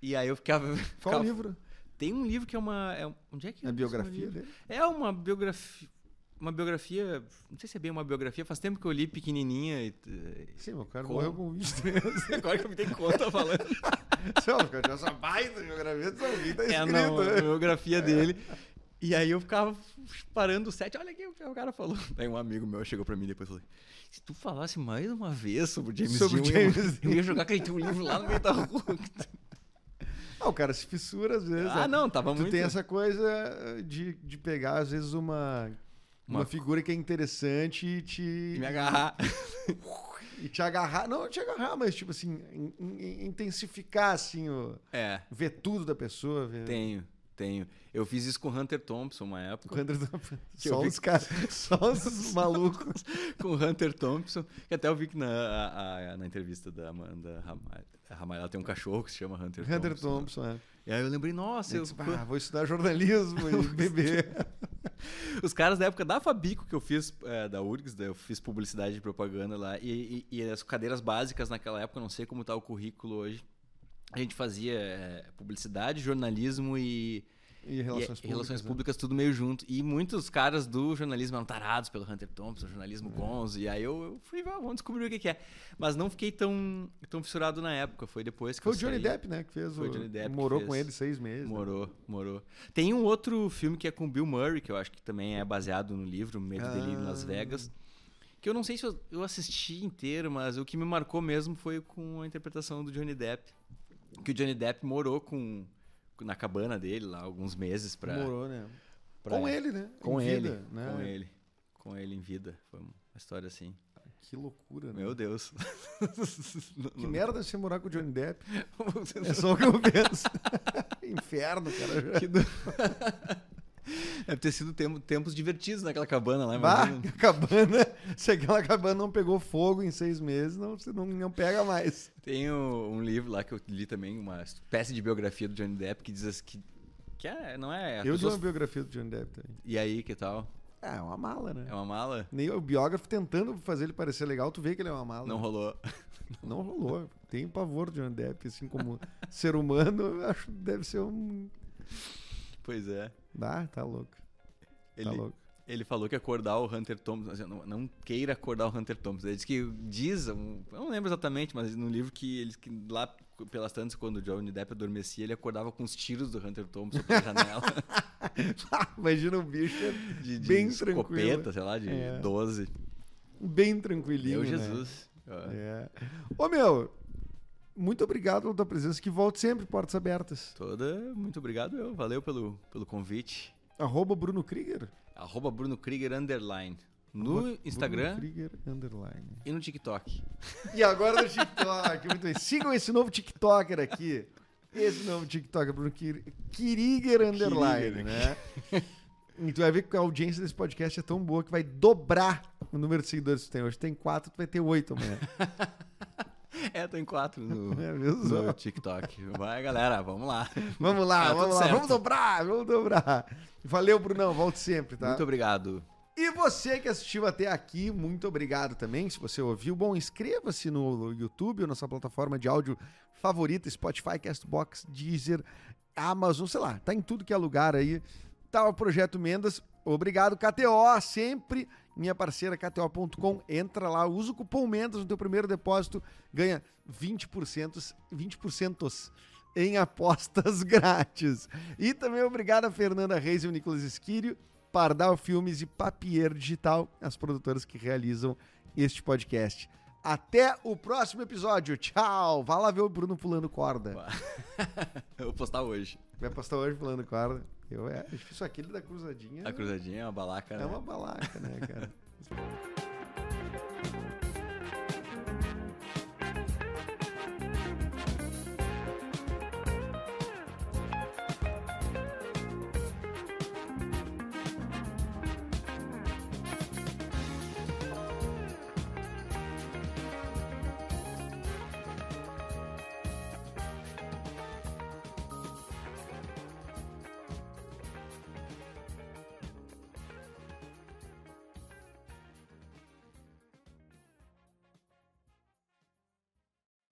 Speaker 3: E aí eu ficava.
Speaker 2: Qual
Speaker 3: ficava-
Speaker 2: o livro?
Speaker 3: Tem um livro que é uma. é um- onde é que
Speaker 2: É a
Speaker 3: eu-
Speaker 2: biografia
Speaker 3: esse
Speaker 2: dele?
Speaker 3: É uma biografia. uma biografia, não sei se é bem uma biografia, faz tempo que eu li pequenininha e... (laughs)
Speaker 2: Sim, meu cara
Speaker 3: Como?
Speaker 2: morreu com 23.
Speaker 3: Agora que eu me dei conta falando.
Speaker 2: (laughs) Seu, cara, já essa baita biografia de São Luís tá
Speaker 3: É,
Speaker 2: escrito.
Speaker 3: não, a
Speaker 2: né?
Speaker 3: biografia dele. E aí eu ficava parando o set, olha aqui o que o cara falou. (laughs) Daí um amigo meu chegou pra mim depois e falou, se tu falasse mais uma vez sobre o James
Speaker 2: Sobre o
Speaker 3: Dean, eu-
Speaker 2: James
Speaker 3: eu, ia jogar aquele teu livro lá no meio da (laughs) rua.
Speaker 2: Ah, o cara se fissura às vezes.
Speaker 3: ah,
Speaker 2: né?
Speaker 3: não, tava
Speaker 2: Tu
Speaker 3: muito... (laughs)
Speaker 2: tem essa coisa de, de pegar, às vezes, uma, uma,
Speaker 3: Uma-
Speaker 2: figura que é interessante e te,
Speaker 3: Me agarrar.
Speaker 2: (laughs) e te agarrar. Não te agarrar, mas, tipo assim, in- in- intensificar, assim, o,
Speaker 3: É,
Speaker 2: ver tudo da pessoa. Ver...
Speaker 3: tenho, tenho. Eu fiz isso com o Hunter Thompson uma época.
Speaker 2: Quando ele tá-
Speaker 3: Que
Speaker 2: Só
Speaker 3: eu vi-
Speaker 2: uns caras, só uns malucos.
Speaker 3: (laughs) com o Hunter Thompson, que até eu vi que na, a- a- na entrevista da Amanda Ramalho, Ramalho, ela tem um cachorro que se chama Hunter,
Speaker 2: Hunter
Speaker 3: Thompson. É, tipo, né?
Speaker 2: Thompson, né?
Speaker 3: E aí eu lembrei, nossa,
Speaker 2: Eu
Speaker 3: eu-
Speaker 2: disse, "Bah, vou estudar jornalismo
Speaker 3: (laughs)
Speaker 2: e beber.
Speaker 3: os caras da época da Fabico que eu fiz, é, da URGS, daí eu fiz publicidade e propaganda lá, e, e- e as cadeiras básicas naquela época, não sei como tá o currículo hoje, a gente fazia é, publicidade, jornalismo e
Speaker 2: E
Speaker 3: e
Speaker 2: relações
Speaker 3: é-
Speaker 2: públicas.
Speaker 3: relações
Speaker 2: né?
Speaker 3: públicas, tudo meio junto. E muitos caras do jornalismo eram tarados pelo Hunter Thompson, jornalismo
Speaker 2: É.
Speaker 3: Gonzo. E aí eu, eu fui, "Ah, vamos descobrir o que, que é. Mas não fiquei tão, tão fissurado na época. Foi depois que
Speaker 2: Foi o
Speaker 3: eu
Speaker 2: Johnny
Speaker 3: saí.
Speaker 2: Depp, né? Que fez
Speaker 3: Foi
Speaker 2: o.
Speaker 3: o Johnny Depp que
Speaker 2: morou
Speaker 3: fez.
Speaker 2: com ele seis meses. né?
Speaker 3: Morou, morou. Tem um outro filme que é com o Bill Murray, que eu acho que também é baseado no livro Medo e Delírio em Las
Speaker 2: Ah.
Speaker 3: Vegas. Que eu não sei se eu, eu assisti inteiro, mas o que me marcou mesmo foi com a interpretação do Johnny Depp. Que o Johnny Depp morou com na cabana dele lá alguns meses pra,
Speaker 2: Morou, né?
Speaker 3: pra-
Speaker 2: Com ele, né? Em
Speaker 3: com ele,
Speaker 2: vida, né?
Speaker 3: com ele, com ele em vida. Foi uma história assim.
Speaker 2: Que loucura, né? (laughs)
Speaker 3: Meu Deus.
Speaker 2: Que merda você morar com o Johnny
Speaker 3: (laughs)
Speaker 2: Depp. É só o que eu penso. (laughs) Inferno, cara.
Speaker 3: (laughs) Que do- Deve ter sido tempo- tempos divertidos naquela cabana lá,
Speaker 2: Bah,
Speaker 3: imagina.
Speaker 2: a cabana. Se aquela cabana não pegou fogo em seis meses, não, você não, não pega mais.
Speaker 3: Tem um, um livro lá que eu li também, uma espécie de biografia do Johnny Depp que diz assim que que é, não é, as
Speaker 2: eu li
Speaker 3: pessoas-
Speaker 2: uma biografia do Johnny Depp também.
Speaker 3: E aí, que tal?
Speaker 2: Ah, é uma mala, né?
Speaker 3: É uma mala?
Speaker 2: Nem o biógrafo tentando fazer ele parecer legal, tu vê que ele é uma mala.
Speaker 3: Não rolou. (laughs)
Speaker 2: Não rolou. Tem pavor do Johnny Depp, assim como (laughs) ser humano, eu acho que deve ser um.
Speaker 3: Pois é.
Speaker 2: Ah, tá louco. Tá
Speaker 3: Ele, (laughs)
Speaker 2: louco.
Speaker 3: ele falou que acordar o Hunter Thompson, assim, não, não queira acordar o Hunter Thompson. Ele diz que diz, um- eu não lembro exatamente, mas no livro que eles que lá pelas tantas quando o Johnny Depp adormecia, ele acordava com os tiros do Hunter Thompson pela janela (laughs) Ah,
Speaker 2: Imagina o bicho
Speaker 3: um de, de
Speaker 2: Bem tranquilo.
Speaker 3: escopeta, sei lá, de
Speaker 2: É.
Speaker 3: 12.
Speaker 2: bem tranquilinho.
Speaker 3: Meu
Speaker 2: né?
Speaker 3: Jesus.
Speaker 2: É. Ô meu, muito obrigado pela tua presença. Que volte sempre, portas abertas.
Speaker 3: Toda, muito obrigado, eu. Valeu pelo, pelo convite.
Speaker 2: Arroba Bruno Krieger.
Speaker 3: Arroba Bruno Krieger Underline. No
Speaker 2: Arroba
Speaker 3: Instagram
Speaker 2: Bruno Krieger Underline.
Speaker 3: e no TikTok.
Speaker 2: E agora no TikTok. Muito bem. Sigam esse novo TikToker aqui. Esse novo TikToker, Bruno Kir- Kiriger Underline,
Speaker 3: Kiriger.
Speaker 2: né? E tu vai ver que a audiência desse podcast é tão boa que vai dobrar o número de seguidores que tu tem hoje. Tem quatro, tu vai ter oito
Speaker 3: (laughs)
Speaker 2: amanhã.
Speaker 3: É, tô em quatro no,
Speaker 2: (laughs) É mesmo?
Speaker 3: no TikTok. Vai, galera, vamos lá.
Speaker 2: Vamos lá,
Speaker 3: Tá tudo
Speaker 2: vamos lá.
Speaker 3: certo.
Speaker 2: Vamos dobrar, vamos dobrar. Valeu, Brunão. Volte sempre, tá?
Speaker 3: Muito obrigado.
Speaker 2: E você que assistiu até aqui, muito obrigado também. Se você ouviu, bom, inscreva-se no YouTube, nossa plataforma de áudio favorita, Spotify, Castbox, Deezer, Amazon, sei lá, tá em tudo que é lugar aí. Tá o Projeto Mendas. Obrigado, KTO, sempre minha parceira, KTO.com. Entra lá, usa o cupom Mendas no teu primeiro depósito, ganha 20%, 20% em apostas (laughs) grátis. E também obrigado a Fernanda Reis e o Nicolas Esquírio. Pardal Filmes e Papier Digital, as produtoras que realizam este podcast. Até o próximo episódio. Tchau. Vá lá ver o Bruno pulando corda.
Speaker 3: Eu vou postar hoje.
Speaker 2: Vai postar hoje pulando corda. Eu é, acho que isso aqui da cruzadinha
Speaker 3: A cruzadinha é uma balaca.
Speaker 2: é
Speaker 3: né?
Speaker 2: uma balaca, né, cara?